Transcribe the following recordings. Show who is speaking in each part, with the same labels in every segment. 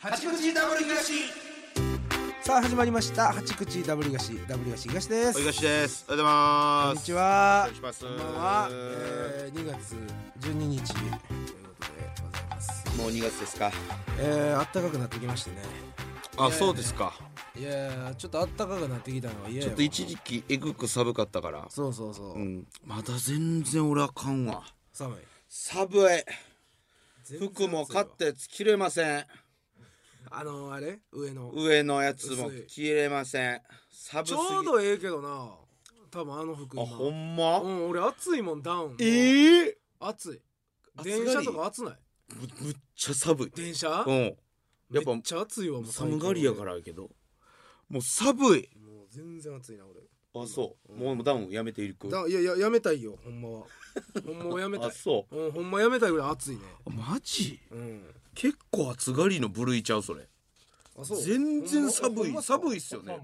Speaker 1: 八口ダブル東
Speaker 2: さあ始まりました八口ダブル東ダブル東東です
Speaker 1: おいがしですおはようご
Speaker 2: こんに
Speaker 1: ざいます
Speaker 2: ちは
Speaker 1: お願いします
Speaker 2: こんばんは、えー、2月12日ということでございます
Speaker 1: もう2月ですか
Speaker 2: えー、暖かくなってきましてね
Speaker 1: あそうですか
Speaker 2: いやーちょっと暖かくなってきたのが嫌や
Speaker 1: ちょっと一時期えぐく寒かったから
Speaker 2: そうそうそう、
Speaker 1: うんまだ全然俺あかんわ
Speaker 2: 寒
Speaker 1: 寒い
Speaker 2: い
Speaker 1: 服も買ったやつ着れません
Speaker 2: あのー、あれ上の
Speaker 1: 上のやつも
Speaker 2: 薄い
Speaker 1: 着れません寒す
Speaker 2: ち
Speaker 1: ぎ
Speaker 2: ょうどええけどな多分あの服
Speaker 1: あ
Speaker 2: 今
Speaker 1: ほんま、
Speaker 2: うん俺暑いもんダウン
Speaker 1: え
Speaker 2: 暑い
Speaker 1: 暑がり
Speaker 2: 電車とか暑ない
Speaker 1: むむっちゃ寒い
Speaker 2: 電車
Speaker 1: うんやっぱ
Speaker 2: めっちゃ暑いわもう最
Speaker 1: 寒
Speaker 2: 近
Speaker 1: がりやからやけどもう寒い
Speaker 2: もう全然暑いな俺
Speaker 1: あそうもうダウンやめていく
Speaker 2: だいやいややめたいよほんまはほんまはやめた
Speaker 1: あ
Speaker 2: い、
Speaker 1: そう
Speaker 2: ん、ほんまやめたいぐらい暑いね
Speaker 1: あマジ
Speaker 2: うん
Speaker 1: 結構暑がりの部類ちゃうそれ
Speaker 2: あそう
Speaker 1: 全然
Speaker 2: ほ
Speaker 1: 寒
Speaker 2: んま
Speaker 1: い寒いっすよね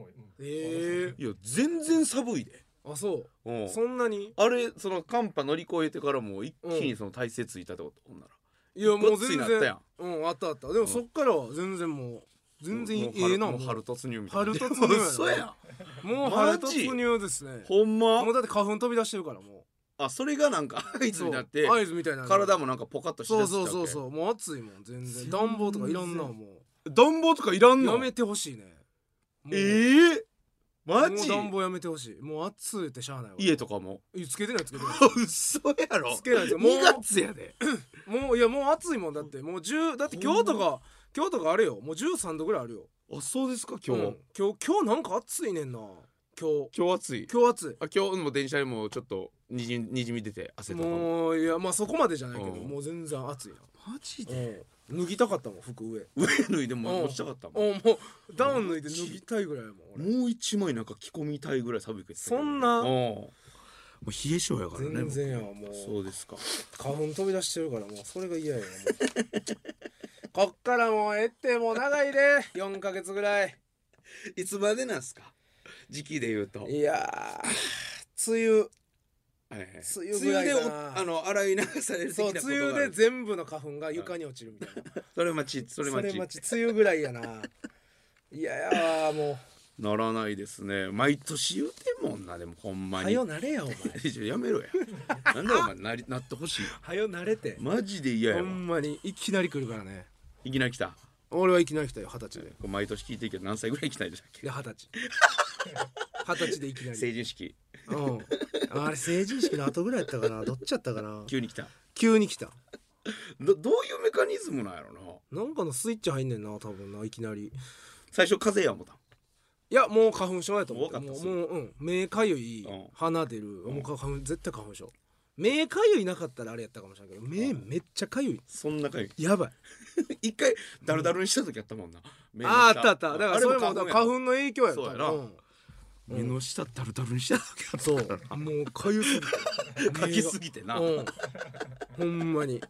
Speaker 2: ええ
Speaker 1: いや全然寒いで
Speaker 2: あそう
Speaker 1: うん
Speaker 2: そんなに
Speaker 1: あれその寒波乗り越えてからもう一気にその体勢ついたってことほんなら
Speaker 2: いやも
Speaker 1: ご
Speaker 2: う
Speaker 1: っつ
Speaker 2: 全
Speaker 1: いなったや
Speaker 2: 然
Speaker 1: ん
Speaker 2: うんあったあったでもそっからは全然もう全然いい
Speaker 1: もう
Speaker 2: ええな
Speaker 1: もう
Speaker 2: もう
Speaker 1: 春突入みたいな
Speaker 2: 春突入やな
Speaker 1: 嘘やん
Speaker 2: もう
Speaker 1: マ
Speaker 2: 春
Speaker 1: ジ
Speaker 2: 突入ですね
Speaker 1: ほんま
Speaker 2: もうだって花粉飛び出してるからも
Speaker 1: あそれがなんか 合
Speaker 2: う
Speaker 1: 図になって
Speaker 2: そう合図みたいな
Speaker 1: 体
Speaker 2: も
Speaker 1: もなんかポカッとしだ
Speaker 2: そう
Speaker 1: した
Speaker 2: そ
Speaker 1: わ
Speaker 2: う
Speaker 1: け
Speaker 2: そうそうもう暑いもん全然暖房とかいらんなも
Speaker 1: 暖房とかいら
Speaker 2: うん
Speaker 1: の
Speaker 2: やめてほしいねもう
Speaker 1: ええマ
Speaker 2: もう
Speaker 1: ジ
Speaker 2: 暖房やめてほしいもう暑いってしゃあないわ
Speaker 1: 家と かも
Speaker 2: いやつけてないつけてない
Speaker 1: 嘘やろ
Speaker 2: つけないですよもう
Speaker 1: 2月やで
Speaker 2: もういやもう暑いもんだってもう10だって今日とか今日とかあれよもう13度ぐらいあるよ
Speaker 1: あそうですか今日、
Speaker 2: うん今日今日なんか暑いねんな今日
Speaker 1: 今日暑い
Speaker 2: 今日暑
Speaker 1: あ今日も電車でもちょっとにじにじみ出て
Speaker 2: い
Speaker 1: 汗とかも
Speaker 2: もういやまあそこまでじゃないけど
Speaker 1: うん
Speaker 2: もう全然暑いな
Speaker 1: マジ
Speaker 2: うん脱ぎたかったもん服上
Speaker 1: 上脱いでも
Speaker 2: うん
Speaker 1: 落ちたかったもん
Speaker 2: おもうダウン脱いで脱ぎたいぐらいやもん俺
Speaker 1: もう一枚なんか着込みたいぐらい寒いけど
Speaker 2: そんな
Speaker 1: うんもう冷え性やからね
Speaker 2: 全然やわ
Speaker 1: 僕
Speaker 2: もう
Speaker 1: そうですか
Speaker 2: 花粉飛び出してるからもうそれが嫌やわもう こっからもうええってもう長いで4ヶ月ぐらい
Speaker 1: いつまでなんすか時期で言うと
Speaker 2: いやー梅雨
Speaker 1: はいはい
Speaker 2: 梅雨ぐらいかな
Speaker 1: 梅雨でおあの洗い流される的
Speaker 2: そう
Speaker 1: なこと
Speaker 2: 梅
Speaker 1: があ
Speaker 2: 雨で
Speaker 1: る
Speaker 2: 全部の花粉が床に落ちるみたい な
Speaker 1: それ待ちそ
Speaker 2: そ
Speaker 1: れ
Speaker 2: れ
Speaker 1: 待
Speaker 2: 待
Speaker 1: ち
Speaker 2: ち梅雨ぐらいやないややわも
Speaker 1: ならないですね毎年言うてんもんなでもほん
Speaker 2: う
Speaker 1: ま
Speaker 2: は
Speaker 1: に
Speaker 2: よなれやお前
Speaker 1: いややめろやなんだお前なりなってほしい
Speaker 2: はよなれて
Speaker 1: マジで嫌
Speaker 2: ほ
Speaker 1: やわ
Speaker 2: んまにいきなり来るからね
Speaker 1: いきなり来た
Speaker 2: 俺はいきなり来たよ二十歳で
Speaker 1: これ毎年聞いてるけど何歳ぐらい来たんでしたっけ
Speaker 2: いや二十歳二十歳でいきな
Speaker 1: 成
Speaker 2: り
Speaker 1: 人式
Speaker 2: うんあれ成人式の後ぐらいやったかなどっちやったかな
Speaker 1: 急に来た
Speaker 2: 急に来た
Speaker 1: どどういうメカニズムなんやろな
Speaker 2: なんかのスイッチ入んねんな多分ないきなり
Speaker 1: 最初風邪や思った
Speaker 2: いやもう花粉症やと思って
Speaker 1: も
Speaker 2: も
Speaker 1: う多かっ
Speaker 2: う
Speaker 1: た
Speaker 2: もう、うん、目かゆい、
Speaker 1: うん
Speaker 2: 鼻出る、もう花粉絶対花粉症目かゆいなかったらあれやったかもしれんけど目めっちゃかゆい
Speaker 1: そんなかい
Speaker 2: やばい
Speaker 1: 一回ダルダルにした時あったもんな、目の下
Speaker 2: あーあったあっただからそれも花
Speaker 1: あ
Speaker 2: 粉
Speaker 1: やろ
Speaker 2: の影響やろ
Speaker 1: そうやな
Speaker 2: 多分
Speaker 1: 目の下ダルダルにした時あっ
Speaker 2: そうもうかゆすぎて
Speaker 1: たかきすぎてな、
Speaker 2: うんほんまに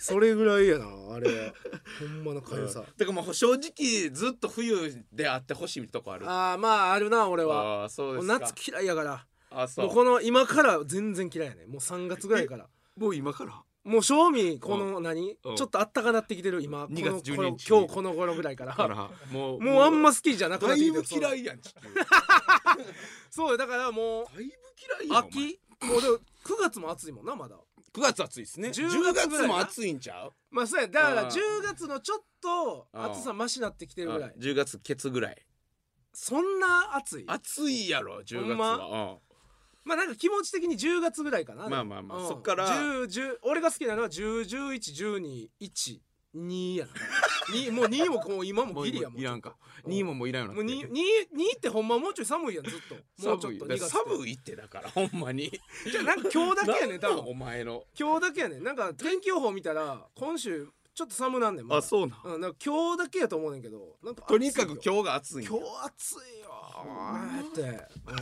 Speaker 2: それぐらいやなあれはほんまのかゆさ、
Speaker 1: だからもう正直ずっと冬であってほしいみたいなとこある
Speaker 2: ああまああるな俺は
Speaker 1: あーそう
Speaker 2: も
Speaker 1: で
Speaker 2: う
Speaker 1: すか
Speaker 2: 夏嫌いやから
Speaker 1: あそ
Speaker 2: も
Speaker 1: う
Speaker 2: うこの今から全然嫌いやねもう3月ぐらいから
Speaker 1: もう今から
Speaker 2: もう正味この何、
Speaker 1: うん
Speaker 2: ちょっとあったかなってきてる今こ
Speaker 1: 2
Speaker 2: の
Speaker 1: 月12
Speaker 2: この
Speaker 1: 日
Speaker 2: 今日この頃ぐらいから
Speaker 1: からもう
Speaker 2: もうあんま好きじゃなくな
Speaker 1: だ
Speaker 2: ってき
Speaker 1: い
Speaker 2: て
Speaker 1: ぶ
Speaker 2: る
Speaker 1: 嫌いやん地球だい
Speaker 2: そうそうだからもう
Speaker 1: ぶ嫌いやんお前
Speaker 2: 秋もうでも9月も暑いもんなまだ
Speaker 1: 9月暑いですね
Speaker 2: 10月
Speaker 1: 10月
Speaker 2: ぐらい
Speaker 1: も暑いんちゃう
Speaker 2: まあそうやだから
Speaker 1: あー
Speaker 2: 10月のちょっと暑さマシなってきてるぐらい
Speaker 1: うん10月ケツぐらい
Speaker 2: そんな暑い
Speaker 1: 暑いやろ10
Speaker 2: ほ
Speaker 1: 月
Speaker 2: んま
Speaker 1: は、
Speaker 2: まあなんか気持ち的に10月ぐらいかな
Speaker 1: まあまあまあ
Speaker 2: うん
Speaker 1: そっから
Speaker 2: 10 10俺が好きなのは10111212やな 2もう2もこう今
Speaker 1: うん、
Speaker 2: もギリやもん
Speaker 1: いらんか
Speaker 2: うん
Speaker 1: ニーモもいらんよ
Speaker 2: もう
Speaker 1: うに
Speaker 2: にににってほんまもうちょい寒いやんずっ ともうちょっと
Speaker 1: 寒い
Speaker 2: 2月
Speaker 1: 寒いってだからほんまに
Speaker 2: いじゃあなんか今日だけやねん多
Speaker 1: なんなん
Speaker 2: 分
Speaker 1: お前の
Speaker 2: 今日だけやねんなんか天気予報見たら今週ちょっと寒なんねんまだ
Speaker 1: そうな
Speaker 2: うん、なんか今日だけやと思うねんけどなんか暑
Speaker 1: と
Speaker 2: いよ
Speaker 1: にかく今日が暑い
Speaker 2: 今日暑いよあえて
Speaker 1: 暑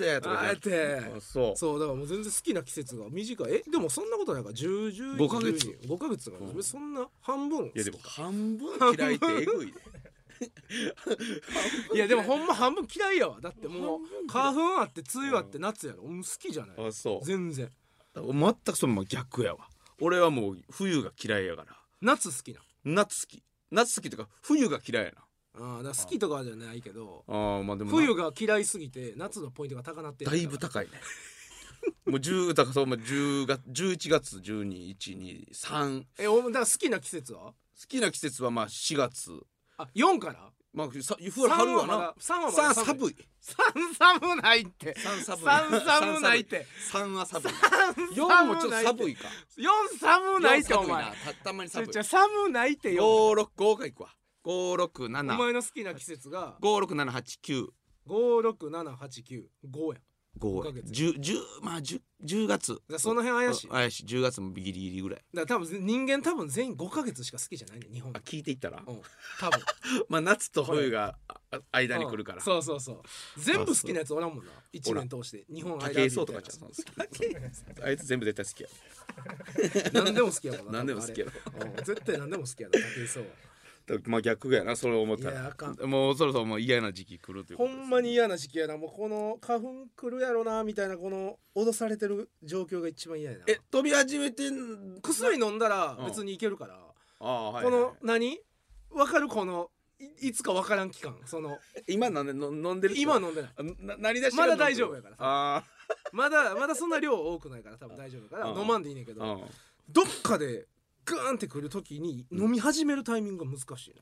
Speaker 1: いとか
Speaker 2: あえ
Speaker 1: じ
Speaker 2: て
Speaker 1: ゃんあそう
Speaker 2: そうだからもう全然好きな季節が短いえでもそんなことないから10、10、
Speaker 1: 五ヶ月
Speaker 2: 5ヶ月だから、
Speaker 1: うん
Speaker 2: そんな半分
Speaker 1: いやでも半分嫌いってえぐいで
Speaker 2: いやでもほんま半分嫌いやわだってもう花
Speaker 1: 半
Speaker 2: 粉あって梅雨あって夏やろ、もう好きじゃない
Speaker 1: あそう
Speaker 2: 全然
Speaker 1: 全くその逆やわ俺はもう冬が嫌いやから
Speaker 2: 夏好きな
Speaker 1: 夏好き夏好きというか冬が嫌いやな
Speaker 2: あーだから好きとかじゃないけど
Speaker 1: あーまあでもな
Speaker 2: 冬が嫌いすぎて夏のポイントが高なってる
Speaker 1: だいぶ高いね もう10だからそうまあ10月11月12123好
Speaker 2: えおだから好きな季節は
Speaker 1: きな季節はまあ4月
Speaker 2: あ四から
Speaker 1: まあさ冬は春はな
Speaker 2: 三はまだ
Speaker 1: 3
Speaker 2: 寒い
Speaker 1: 寒い
Speaker 2: 三寒ないって
Speaker 1: 3寒い
Speaker 2: 三寒ない って
Speaker 1: 3は寒い
Speaker 2: 4
Speaker 1: 4もちょっと寒いか
Speaker 2: 4寒ないって
Speaker 1: 四
Speaker 2: お
Speaker 1: 寒いな
Speaker 2: 前
Speaker 1: たたまに
Speaker 2: ち
Speaker 1: 寒
Speaker 2: ょ
Speaker 1: い
Speaker 2: ちょ寒ないってよ
Speaker 1: 五六五がいくわ五六
Speaker 2: お
Speaker 1: 七
Speaker 2: 前の好きな季節が
Speaker 1: 五六七八九
Speaker 2: 56789五や
Speaker 1: 五
Speaker 2: 五ヶ月
Speaker 1: 十十まあ十十月
Speaker 2: らその辺怪しい
Speaker 1: うん怪しい十月もギリギリぐらい
Speaker 2: だから多分人間多分全員5ヶ月しか好きじゃないね日本
Speaker 1: あ聞いていったら
Speaker 2: うん多分
Speaker 1: まあ夏と冬があ間に来るか
Speaker 2: う
Speaker 1: ら
Speaker 2: んそうそうそう全部好きなやつおらんもんな一
Speaker 1: ら
Speaker 2: 年通して日本
Speaker 1: 武井壮とかちゃ
Speaker 2: ん
Speaker 1: ん好きあいつ全部絶対好きや
Speaker 2: 何でも好きやもんな
Speaker 1: 何でも好きやろ
Speaker 2: 多分あれうん絶対何でも好きやな武井 壮は
Speaker 1: だまあ逆やなそれを思った
Speaker 2: いや
Speaker 1: ら
Speaker 2: あかん
Speaker 1: もうそろそろもう嫌な時期来るというこ
Speaker 2: ほ
Speaker 1: とです
Speaker 2: んまに嫌な時期やなもうこの花粉来るやろなみたいなこの脅されてる状況が一番嫌やな
Speaker 1: え飛び始めてん
Speaker 2: 薬飲んだら
Speaker 1: うん
Speaker 2: 別にいけるから、
Speaker 1: ああはい
Speaker 2: こ
Speaker 1: はい
Speaker 2: の
Speaker 1: はい
Speaker 2: 何わかるこのいいつかわからん期間その
Speaker 1: 今なんでの飲んでる
Speaker 2: 今飲んでない
Speaker 1: あななりだし
Speaker 2: まだ大丈夫やから
Speaker 1: あ
Speaker 2: まだまだそんな量多くないから多分大丈夫だか
Speaker 1: うん
Speaker 2: ら飲まんでいいねんけ
Speaker 1: あう
Speaker 2: どど
Speaker 1: ん
Speaker 2: っかでガーンってくる時に飲み始めるタイミングが難しい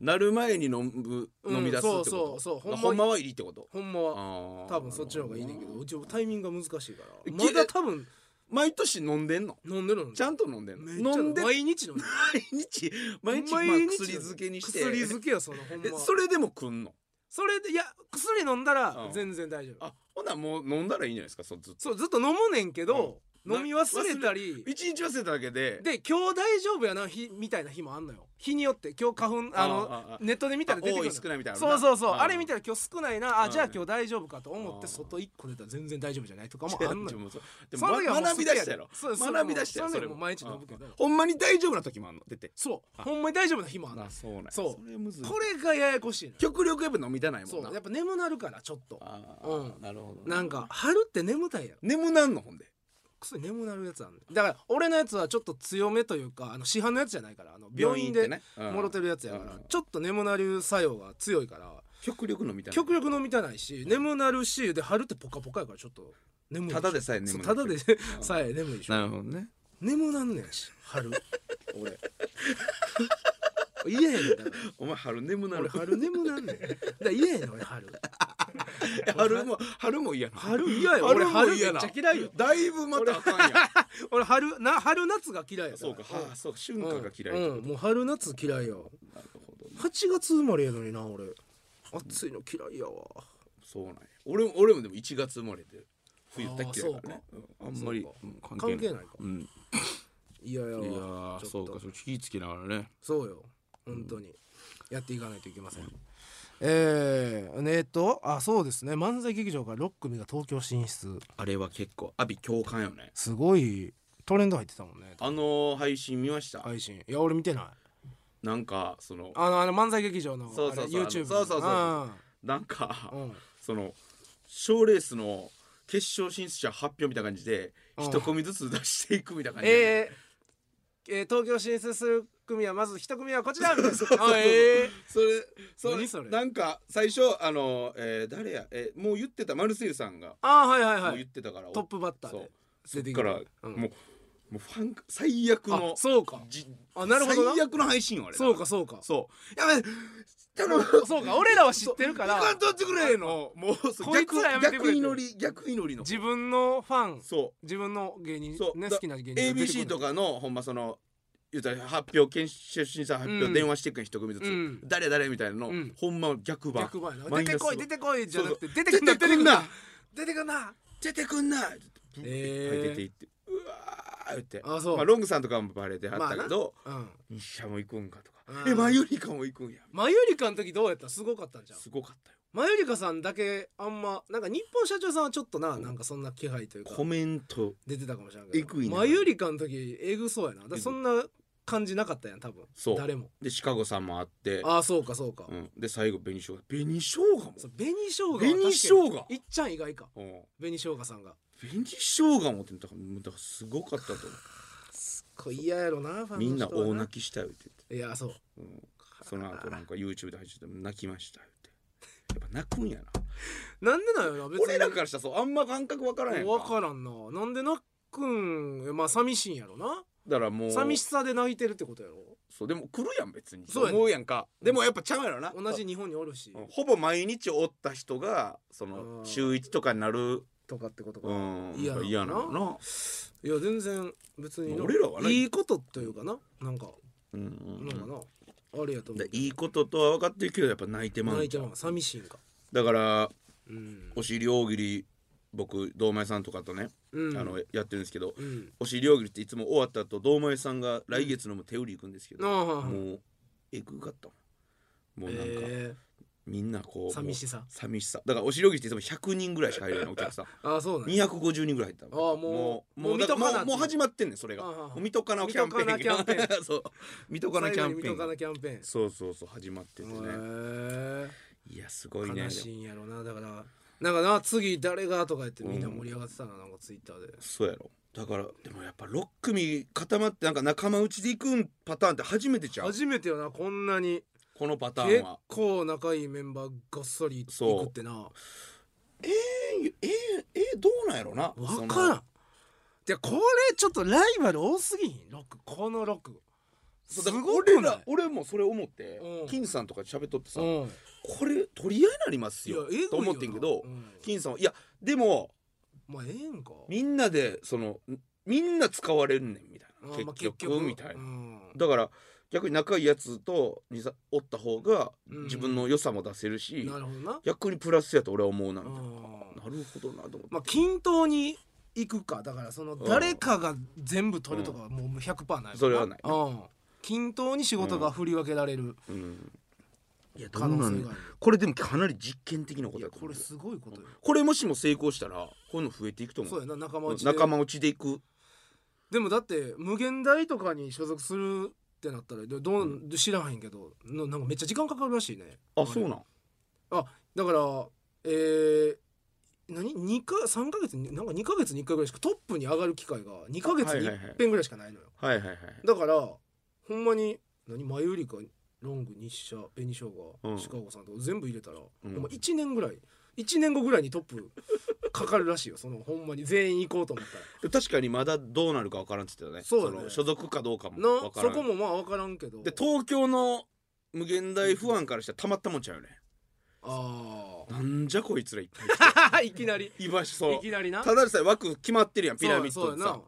Speaker 2: な
Speaker 1: なる前に飲む
Speaker 2: うん
Speaker 1: 飲み出すってこと、
Speaker 2: そうそうそうほんまに
Speaker 1: ほんまは入りってこと
Speaker 2: ほんまは
Speaker 1: あー
Speaker 2: 多分そっちの方がいいねんけどうちはタイミングが難しいから
Speaker 1: え
Speaker 2: まだ多分
Speaker 1: 毎年飲んでんの
Speaker 2: 飲んでるの
Speaker 1: ちゃんと飲んでんの
Speaker 2: めっちゃ
Speaker 1: 飲んで毎
Speaker 2: 毎日飲んでる
Speaker 1: 日毎日まあ
Speaker 2: 毎日
Speaker 1: 薬漬けにして
Speaker 2: 薬漬けよそのほん
Speaker 1: え
Speaker 2: ま
Speaker 1: それでもくんの
Speaker 2: それでいや薬飲んだら
Speaker 1: うん
Speaker 2: 全然大丈夫
Speaker 1: あほなもう飲んだらいいんじゃないですかそうずっと
Speaker 2: そうずっと飲むねんけど、
Speaker 1: うん
Speaker 2: 飲み忘れたり
Speaker 1: 一日忘れただけで
Speaker 2: で今日大丈夫やな日みたいな日もあんのよ日によって今日花粉あの
Speaker 1: ああ
Speaker 2: ネットで見たら出てく
Speaker 1: 多
Speaker 2: る
Speaker 1: い
Speaker 2: の
Speaker 1: 少ないみたいなの
Speaker 2: そ
Speaker 1: な
Speaker 2: うそうそうあれ
Speaker 1: ん
Speaker 2: 見たら今日少ないなあじゃ
Speaker 1: う
Speaker 2: あ
Speaker 1: ん
Speaker 2: 今日大丈夫かと思っ
Speaker 1: う
Speaker 2: て
Speaker 1: ん
Speaker 2: 外1個出たら全然大丈夫じゃないとかも
Speaker 1: いや
Speaker 2: あんの
Speaker 1: で
Speaker 2: よ
Speaker 1: もそうで
Speaker 2: その
Speaker 1: も
Speaker 2: 時はもう
Speaker 1: 学び出したやろ
Speaker 2: そうそう
Speaker 1: 学び出したやろ
Speaker 2: その
Speaker 1: それ
Speaker 2: 時はも
Speaker 1: も
Speaker 2: う毎日飲むけど
Speaker 1: うんほんまに大丈夫な時もあんの出て
Speaker 2: そうほんまに大丈夫な日もあんの
Speaker 1: あそうなんや
Speaker 2: そう
Speaker 1: れむずい
Speaker 2: これがややこしいのよ
Speaker 1: 極力やっぱ飲みたないも
Speaker 2: そ
Speaker 1: んな
Speaker 2: うやっぱ眠なるからちょっと
Speaker 1: あ
Speaker 2: う
Speaker 1: ー
Speaker 2: ん
Speaker 1: なるほどな
Speaker 2: なんか春って眠たいやろ
Speaker 1: 眠なんのほんで
Speaker 2: 薬眠なるやつあんのよだから俺のやつはちょっと強めというかあの市販のやつじゃないからあの病院で
Speaker 1: 病行ってねうん
Speaker 2: もろてるやつやから
Speaker 1: うん
Speaker 2: ちょっと眠なる作用が強いから
Speaker 1: 極力飲みたいな
Speaker 2: 極力飲みたないし眠なるしで春ってポカポカやからちょっと眠い
Speaker 1: ただでさえ眠
Speaker 2: そ
Speaker 1: いう
Speaker 2: ただでさえ眠いでしょ
Speaker 1: なるほどね
Speaker 2: 眠なんねんし 春 俺嫌やねんだから
Speaker 1: お前春眠な
Speaker 2: 俺
Speaker 1: る
Speaker 2: 春眠なんねんだから嫌やねん俺春
Speaker 1: 春も春も嫌な
Speaker 2: 春嫌よ
Speaker 1: 春
Speaker 2: 俺
Speaker 1: も
Speaker 2: 春めっち
Speaker 1: 嫌な
Speaker 2: ゃ嫌いよ
Speaker 1: だいぶまたあかんや
Speaker 2: 俺春な春夏が嫌いやから
Speaker 1: そうかはあそう
Speaker 2: う
Speaker 1: か春
Speaker 2: ん
Speaker 1: 夏が嫌い
Speaker 2: うんもう春夏嫌いよ
Speaker 1: なるほどね
Speaker 2: 8月生まれやのにな俺暑いの嫌いやわ
Speaker 1: そうなんや俺も俺もでも1月生まれで冬だけやからねうんあんまり
Speaker 2: そうか
Speaker 1: うん
Speaker 2: 関係ないか
Speaker 1: うんい
Speaker 2: 嫌や
Speaker 1: や
Speaker 2: わ
Speaker 1: ー
Speaker 2: ちょっと
Speaker 1: そうかそう気ぃつけながらね
Speaker 2: そうよ本当に、やっていかないといけません、えー、ねえっとあそうですね漫才劇場から6組が東京進出
Speaker 1: あれは結構阿炎共感よね
Speaker 2: すごいトレンド入ってたもんね
Speaker 1: あの配信見ました
Speaker 2: 配信いや俺見てない
Speaker 1: なんかその
Speaker 2: あのあの漫才劇場の
Speaker 1: そうそうそ
Speaker 2: あれ YouTube
Speaker 1: う
Speaker 2: の
Speaker 1: そうそうそう
Speaker 2: あ
Speaker 1: なんか
Speaker 2: ーうん
Speaker 1: その賞レースの決勝進出者発表みたいな感じで
Speaker 2: うん
Speaker 1: 一組ずつ出していくみたいな感じで、
Speaker 2: えーえー東京進出する組はまず一組はこちらみたいな
Speaker 1: そうそうそう
Speaker 2: あえ
Speaker 1: それそれ
Speaker 2: 何それ
Speaker 1: なんか最初あの、えー誰や、えーもう言ってたマルセイユさんが、
Speaker 2: ー、あーはいはい
Speaker 1: もう
Speaker 2: は
Speaker 1: 言
Speaker 2: い
Speaker 1: ってたから
Speaker 2: トップバッター
Speaker 1: そう
Speaker 2: で出てき
Speaker 1: だか
Speaker 2: た
Speaker 1: ら、
Speaker 2: うん
Speaker 1: もうもうファンク最悪
Speaker 2: あ
Speaker 1: の
Speaker 2: そうか
Speaker 1: じ
Speaker 2: あなるほどな
Speaker 1: 最悪の配信よあれ
Speaker 2: そうかそうか
Speaker 1: そうやべ頼む
Speaker 2: そうか俺らは知ってるから
Speaker 1: 時間取ってくれのもうそう
Speaker 2: こいつらやめてくれっ
Speaker 1: 逆
Speaker 2: て
Speaker 1: 祈り逆祈りの
Speaker 2: 自分のファン
Speaker 1: そう
Speaker 2: 自分の芸人
Speaker 1: そう
Speaker 2: ね
Speaker 1: だ
Speaker 2: 好きな芸人が出てく
Speaker 1: ABC
Speaker 2: る
Speaker 1: とかのほんまその言うたら発表検証審査発
Speaker 2: う
Speaker 1: 表
Speaker 2: ん
Speaker 1: 電話していくん一組ずつ、
Speaker 2: うん
Speaker 1: 誰誰みたいなの、
Speaker 2: うん
Speaker 1: ほんま逆版
Speaker 2: 逆番やな
Speaker 1: マ
Speaker 2: 出
Speaker 1: イナ
Speaker 2: て
Speaker 1: ス
Speaker 2: こい出てこいじゃなくて出て
Speaker 1: 出
Speaker 2: くんな
Speaker 1: てくんな
Speaker 2: 出てくんな
Speaker 1: 出てくんな
Speaker 2: え
Speaker 1: はい出
Speaker 2: ー
Speaker 1: ていってうわー言って
Speaker 2: あそう
Speaker 1: まあ、ロングさんとかもバレてはったけど、
Speaker 2: うん
Speaker 1: 日射も行くんかとか、
Speaker 2: うん
Speaker 1: えマユリカも行くんや
Speaker 2: マユリカの時どうやったすごかったんじゃん
Speaker 1: すごかったよ
Speaker 2: マユリカさんだけあんまなんか日本社長さんはちょっとななんかそんな気配というか
Speaker 1: コメント
Speaker 2: 出てたかもしれんけ
Speaker 1: えぐい
Speaker 2: ど
Speaker 1: な
Speaker 2: マユリカの時えぐそうやなだからそんな感じなかったやん多分
Speaker 1: そう
Speaker 2: 誰も
Speaker 1: でシカゴさんもあって、
Speaker 2: ああそうかそうか
Speaker 1: うん、で最後紅生姜紅生姜も
Speaker 2: そう紅生姜は確かに
Speaker 1: 紅生姜
Speaker 2: いっちゃん以外か
Speaker 1: うん
Speaker 2: 紅生姜さんが
Speaker 1: 紅生姜もってだからだからすごかったと思う
Speaker 2: これ嫌やろなファンの人は
Speaker 1: みんな大泣きしたよって言って
Speaker 2: きいやそう
Speaker 1: その後なんか YouTube で配信して泣きましたよってやっぱ泣くんやな
Speaker 2: なんでなんやろな別
Speaker 1: 俺
Speaker 2: に
Speaker 1: らからしたらそうあんま感覚わからへん
Speaker 2: 分からんななんでなっくんまあ寂しいんやろな
Speaker 1: だからもう
Speaker 2: 寂しさで泣いてるってことやろ
Speaker 1: そうでも来るやん別に
Speaker 2: そうやね
Speaker 1: 思うやんかでもやっぱちゃうやろな
Speaker 2: 同じ日本におるし
Speaker 1: うんほぼ毎日おった人がその
Speaker 2: うん
Speaker 1: 週一とかになる
Speaker 2: とかってことか
Speaker 1: うん
Speaker 2: 嫌なの
Speaker 1: 嫌なのな
Speaker 2: ないや全然別にな
Speaker 1: 俺らはない
Speaker 2: いいことというかななんか
Speaker 1: うん
Speaker 2: なんかなあれやと
Speaker 1: う
Speaker 2: 思
Speaker 1: んで
Speaker 2: う
Speaker 1: いいこととは分かってるけどやっぱ泣いてま
Speaker 2: 泣
Speaker 1: う
Speaker 2: いてまう寂しいんか
Speaker 1: だから
Speaker 2: うん
Speaker 1: お尻大喜利僕堂前さんとかとね
Speaker 2: うん
Speaker 1: あのやってるんですけど
Speaker 2: うん
Speaker 1: お尻大喜利っていつも終わった後堂前さんが来月のも手売り行くんですけ
Speaker 2: あ
Speaker 1: ど
Speaker 2: あはいはい
Speaker 1: もうえぐかったもんもうなんか、
Speaker 2: え
Speaker 1: みんなこ
Speaker 2: ー
Speaker 1: う
Speaker 2: 寂
Speaker 1: も
Speaker 2: しさ
Speaker 1: う寂しさだからお城口っていつも100人ぐらいしか入れないお客さん
Speaker 2: ああそうなんや
Speaker 1: 250人ぐらい入った
Speaker 2: ああもう
Speaker 1: も
Speaker 2: も
Speaker 1: うもう
Speaker 2: う見とかな
Speaker 1: だからもうもう始まってんねんそれが
Speaker 2: ああああ
Speaker 1: もう見とかなキャンペーン
Speaker 2: 見とかなキャンペ
Speaker 1: そう見とかなキャンペ
Speaker 2: 最後に見とか
Speaker 1: ー
Speaker 2: な
Speaker 1: ン
Speaker 2: キャンペーン
Speaker 1: そうそうそう始まってて
Speaker 2: へ
Speaker 1: ね
Speaker 2: ー
Speaker 1: いやすごいね
Speaker 2: 悲しいんやろなだからなんかな次誰がとか言ってみんな
Speaker 1: うん
Speaker 2: 盛り上がってたななんかツイッターで
Speaker 1: そうやろだからでもやっぱ6組固まってなんか仲間内で行くんパターンって初めてちゃう
Speaker 2: 初めてよなこんなに
Speaker 1: このパター
Speaker 2: 結
Speaker 1: ンは
Speaker 2: 構仲いいメンバーがっそりい
Speaker 1: そう
Speaker 2: くってな
Speaker 1: えー、えー、えー、どうなんやろな
Speaker 2: 分からんでこれちょっとライバル多すぎひん6この6す
Speaker 1: そうだから
Speaker 2: ごく
Speaker 1: 俺
Speaker 2: ない
Speaker 1: ら俺もそれ思って
Speaker 2: うん
Speaker 1: 金さんとか喋っとってさ、
Speaker 2: うん
Speaker 1: これ取り合いになります
Speaker 2: いや
Speaker 1: よ
Speaker 2: ええ
Speaker 1: と思ってんけど、
Speaker 2: うん
Speaker 1: 金さんはいやでも
Speaker 2: まあええんか
Speaker 1: みんなでそのみんな使われんねんみたい
Speaker 2: あ
Speaker 1: な
Speaker 2: まあ
Speaker 1: 結局,、みたいな、
Speaker 2: うん
Speaker 1: だから逆に仲いいやつとにさおった方が
Speaker 2: うん
Speaker 1: 自分の良さも出せるし、
Speaker 2: なるほどな
Speaker 1: 逆にプラスやと俺は思うなみ
Speaker 2: う
Speaker 1: たいな、
Speaker 2: ん
Speaker 1: なるほどなと思って、
Speaker 2: まあ均等にいくかだからその
Speaker 1: ん
Speaker 2: 誰かが全部取るとかはもう100%ない
Speaker 1: それはない
Speaker 2: うん均等に仕事が振り分けられる
Speaker 1: うん、いやど
Speaker 2: 可
Speaker 1: う
Speaker 2: 能
Speaker 1: な
Speaker 2: 性
Speaker 1: ん
Speaker 2: がある
Speaker 1: これでもかなり実験的なこ
Speaker 2: い
Speaker 1: と
Speaker 2: や
Speaker 1: やと
Speaker 2: こ
Speaker 1: 思う
Speaker 2: れすごいことよ
Speaker 1: これもしも成功したらこういうの増えていくと思う
Speaker 2: そうやな仲間内で
Speaker 1: 仲間内で行く
Speaker 2: でもだって無限大とかに所属するってなったらどどう、知らへんけどななんかめっちゃ時間かかるらしいね
Speaker 1: あそうなん
Speaker 2: だからえー何2か3か月になんか2か月に1回ぐらいしかトップに上がる機会が2か月に
Speaker 1: はいはいはい
Speaker 2: 1遍ぐらいしかないのよ、
Speaker 1: はいはいはい
Speaker 2: だからほんまに何前売りかロング日射紅生
Speaker 1: う
Speaker 2: 姜
Speaker 1: ん
Speaker 2: シカゴさんとか全部入れたら、
Speaker 1: うん
Speaker 2: ほんま1年ぐらい1年後ぐらいにトップかかるらしいよそのほんまに全員行こうと思ったら。
Speaker 1: でも確かにまだどうなるか分からんって言ってたね
Speaker 2: そうだね
Speaker 1: の所属かどうかも
Speaker 2: な
Speaker 1: 分から
Speaker 2: そこ
Speaker 1: ん
Speaker 2: もまあ分からんけど
Speaker 1: で東京の無限大不安からしたらたまったもんちゃうよね
Speaker 2: あ
Speaker 1: なんじゃこいつらい っぱ
Speaker 2: あ
Speaker 1: い来
Speaker 2: いきなり
Speaker 1: ていましそう
Speaker 2: いきなりな
Speaker 1: ただでさえ枠決まってるやんピラミッ
Speaker 2: そう
Speaker 1: ド
Speaker 2: や
Speaker 1: で
Speaker 2: な
Speaker 1: さ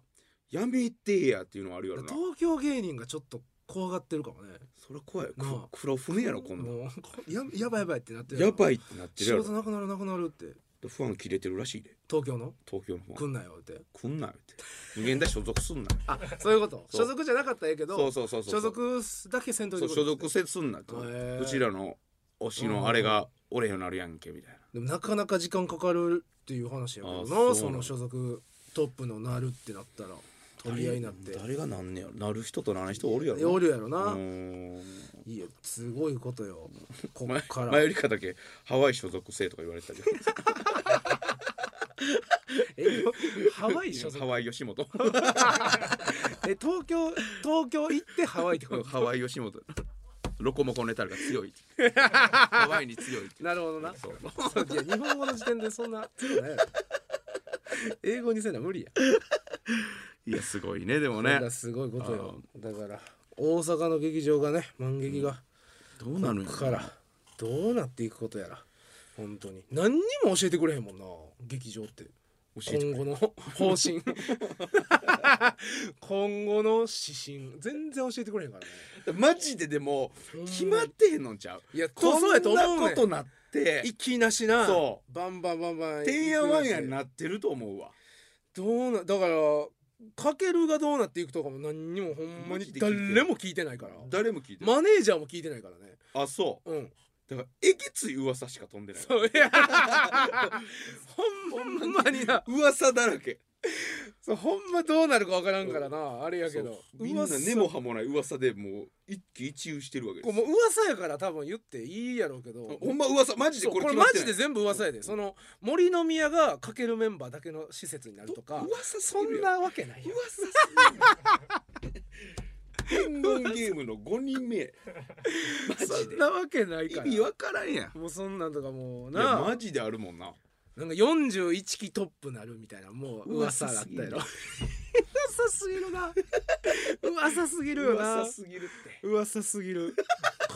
Speaker 1: やめてやっていうのはあるよな
Speaker 2: 東京芸人がちょっと怖がってるかもね
Speaker 1: それ怖いよ
Speaker 2: なあ
Speaker 1: く黒船やろこんなん
Speaker 2: もうこややばいやばいってなってる
Speaker 1: やば
Speaker 2: い
Speaker 1: いってなってる
Speaker 2: 仕
Speaker 1: や
Speaker 2: 事
Speaker 1: ろ
Speaker 2: なくなるなくなるって
Speaker 1: 不安切れてるらしいで
Speaker 2: 東京の
Speaker 1: 東京
Speaker 2: 来
Speaker 1: の不安
Speaker 2: んなよって
Speaker 1: 来んなよって無限大所属すんなよ
Speaker 2: あそういうこと
Speaker 1: そう
Speaker 2: 所属じゃなかったらええけど
Speaker 1: そうそうそうそう
Speaker 2: 所属だけせんとい
Speaker 1: そ
Speaker 2: て
Speaker 1: う所属せすんなと
Speaker 2: へー
Speaker 1: うちらの推しのあれがおれへんようになるやんけみたいな
Speaker 2: でもなかなか時間かかるっていう話やけど
Speaker 1: あ
Speaker 2: な
Speaker 1: そうな
Speaker 2: そ
Speaker 1: ん
Speaker 2: の所属トップのなるってなったら取り合いになって
Speaker 1: 誰がなんねやろなる人とならん人おるやろ
Speaker 2: おるやろな、
Speaker 1: うーん
Speaker 2: いやすごいことよこ
Speaker 1: 前
Speaker 2: っから
Speaker 1: 前よりかだけハワイ所属せとか言われてたじゃ
Speaker 2: えハワ イ所
Speaker 1: ん
Speaker 2: 属
Speaker 1: ハワイ吉本
Speaker 2: え東京東京行ってハワイってこと
Speaker 1: ハワイ吉本ロコモコネタルが強いって ハワイに強いって
Speaker 2: なるほどな
Speaker 1: そう
Speaker 2: そういや日本語の時点でそんな強くないやろ英語にせな無理や
Speaker 1: いやすごいねでも
Speaker 2: これ
Speaker 1: ね
Speaker 2: がすごいことよだから大阪の劇場がね満劇が、
Speaker 1: どうなるんや
Speaker 2: こ
Speaker 1: ろ
Speaker 2: っからどうなっていくことやら本当に何にも教えてくれへんもんな劇場って
Speaker 1: 教えて
Speaker 2: 今後の方針 今後の指針全然教えてくれへんからね
Speaker 1: マジででも決まってへんのんちゃう
Speaker 2: いや
Speaker 1: こん
Speaker 2: そうやと思うねん
Speaker 1: なことなって
Speaker 2: 息なしな
Speaker 1: そ
Speaker 2: バンバンバンバン
Speaker 1: てんやわんや
Speaker 2: 行く
Speaker 1: になってると思うわ
Speaker 2: どうなだからかけるがどうなっていくとかも何にもほんまに誰も聞いてないから
Speaker 1: 誰も聞いてない
Speaker 2: マネージャーも聞いてないからね
Speaker 1: あそう
Speaker 2: うん
Speaker 1: だからえげつい噂しか飛んでない
Speaker 2: そういやほんまにな
Speaker 1: 噂だらけ
Speaker 2: そうほんまどうなるかわからんからなあれやけど
Speaker 1: そうみんな根
Speaker 2: も
Speaker 1: も葉もない噂でもう一喜一憂してるわけです
Speaker 2: もう噂やから多分言っていいやろうけど
Speaker 1: ほんま噂マジで
Speaker 2: そう
Speaker 1: こ
Speaker 2: こ
Speaker 1: れ
Speaker 2: れ
Speaker 1: 決ま
Speaker 2: マ
Speaker 1: って
Speaker 2: ジ
Speaker 1: ない
Speaker 2: で全部噂やでその森の宮がかけるメンバーだけの施設になるとか
Speaker 1: 噂す
Speaker 2: そ
Speaker 1: ぎ
Speaker 2: ん
Speaker 1: るやん
Speaker 2: なわけないやん
Speaker 1: 噂す伝言ゲームの5人目マ
Speaker 2: そ
Speaker 1: ジ
Speaker 2: ん
Speaker 1: で
Speaker 2: なわけない
Speaker 1: 意
Speaker 2: から
Speaker 1: 味わからんやんい
Speaker 2: もうそんなんとかもう
Speaker 1: や
Speaker 2: な
Speaker 1: マジであるもんな
Speaker 2: なんか41期トップなるみたいなもう噂
Speaker 1: 噂
Speaker 2: だっ
Speaker 1: す
Speaker 2: た
Speaker 1: ぎる
Speaker 2: やろ 噂すぎるな 噂すぎるよな
Speaker 1: 噂すぎるって
Speaker 2: 噂すぎる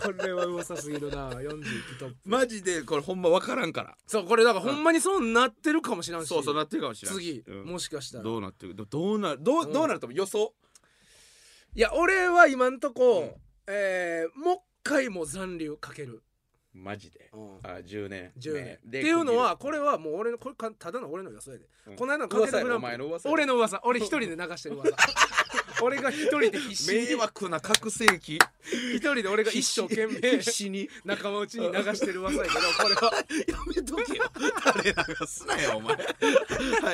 Speaker 2: これは噂すぎるな41期トップ
Speaker 1: マジでこれほんまわからんから
Speaker 2: そうこれだからほんまにそうなってるかもしれんし
Speaker 1: そうそうなってるかもしれない
Speaker 2: 次、も
Speaker 1: し
Speaker 2: しかしたら
Speaker 1: どうなってるどどうなるど
Speaker 2: う
Speaker 1: うんどうなると思う予想
Speaker 2: いや俺は今んとこ、
Speaker 1: うん
Speaker 2: えーもう一回もう残留かける、
Speaker 1: マジであ10年
Speaker 2: 10年、
Speaker 1: ね
Speaker 2: っ
Speaker 1: で
Speaker 2: ていうのは
Speaker 1: 区切
Speaker 2: これはもう俺のこれかただの俺の予想やで、
Speaker 1: うん
Speaker 2: この間のかけ
Speaker 1: 噂
Speaker 2: た
Speaker 1: や
Speaker 2: グ
Speaker 1: ろ
Speaker 2: ラ
Speaker 1: お
Speaker 2: ンプ
Speaker 1: 前の
Speaker 2: リ
Speaker 1: 噂やろ
Speaker 2: 俺の噂俺一人で流してる 噂俺が一人で必死
Speaker 1: 迷
Speaker 2: に
Speaker 1: 惑な覚醒器
Speaker 2: 一人で俺が 一生懸命
Speaker 1: 必死に
Speaker 2: 仲間内に流してる噂やけ どこれは
Speaker 1: やめとけよ誰流すなよお前はい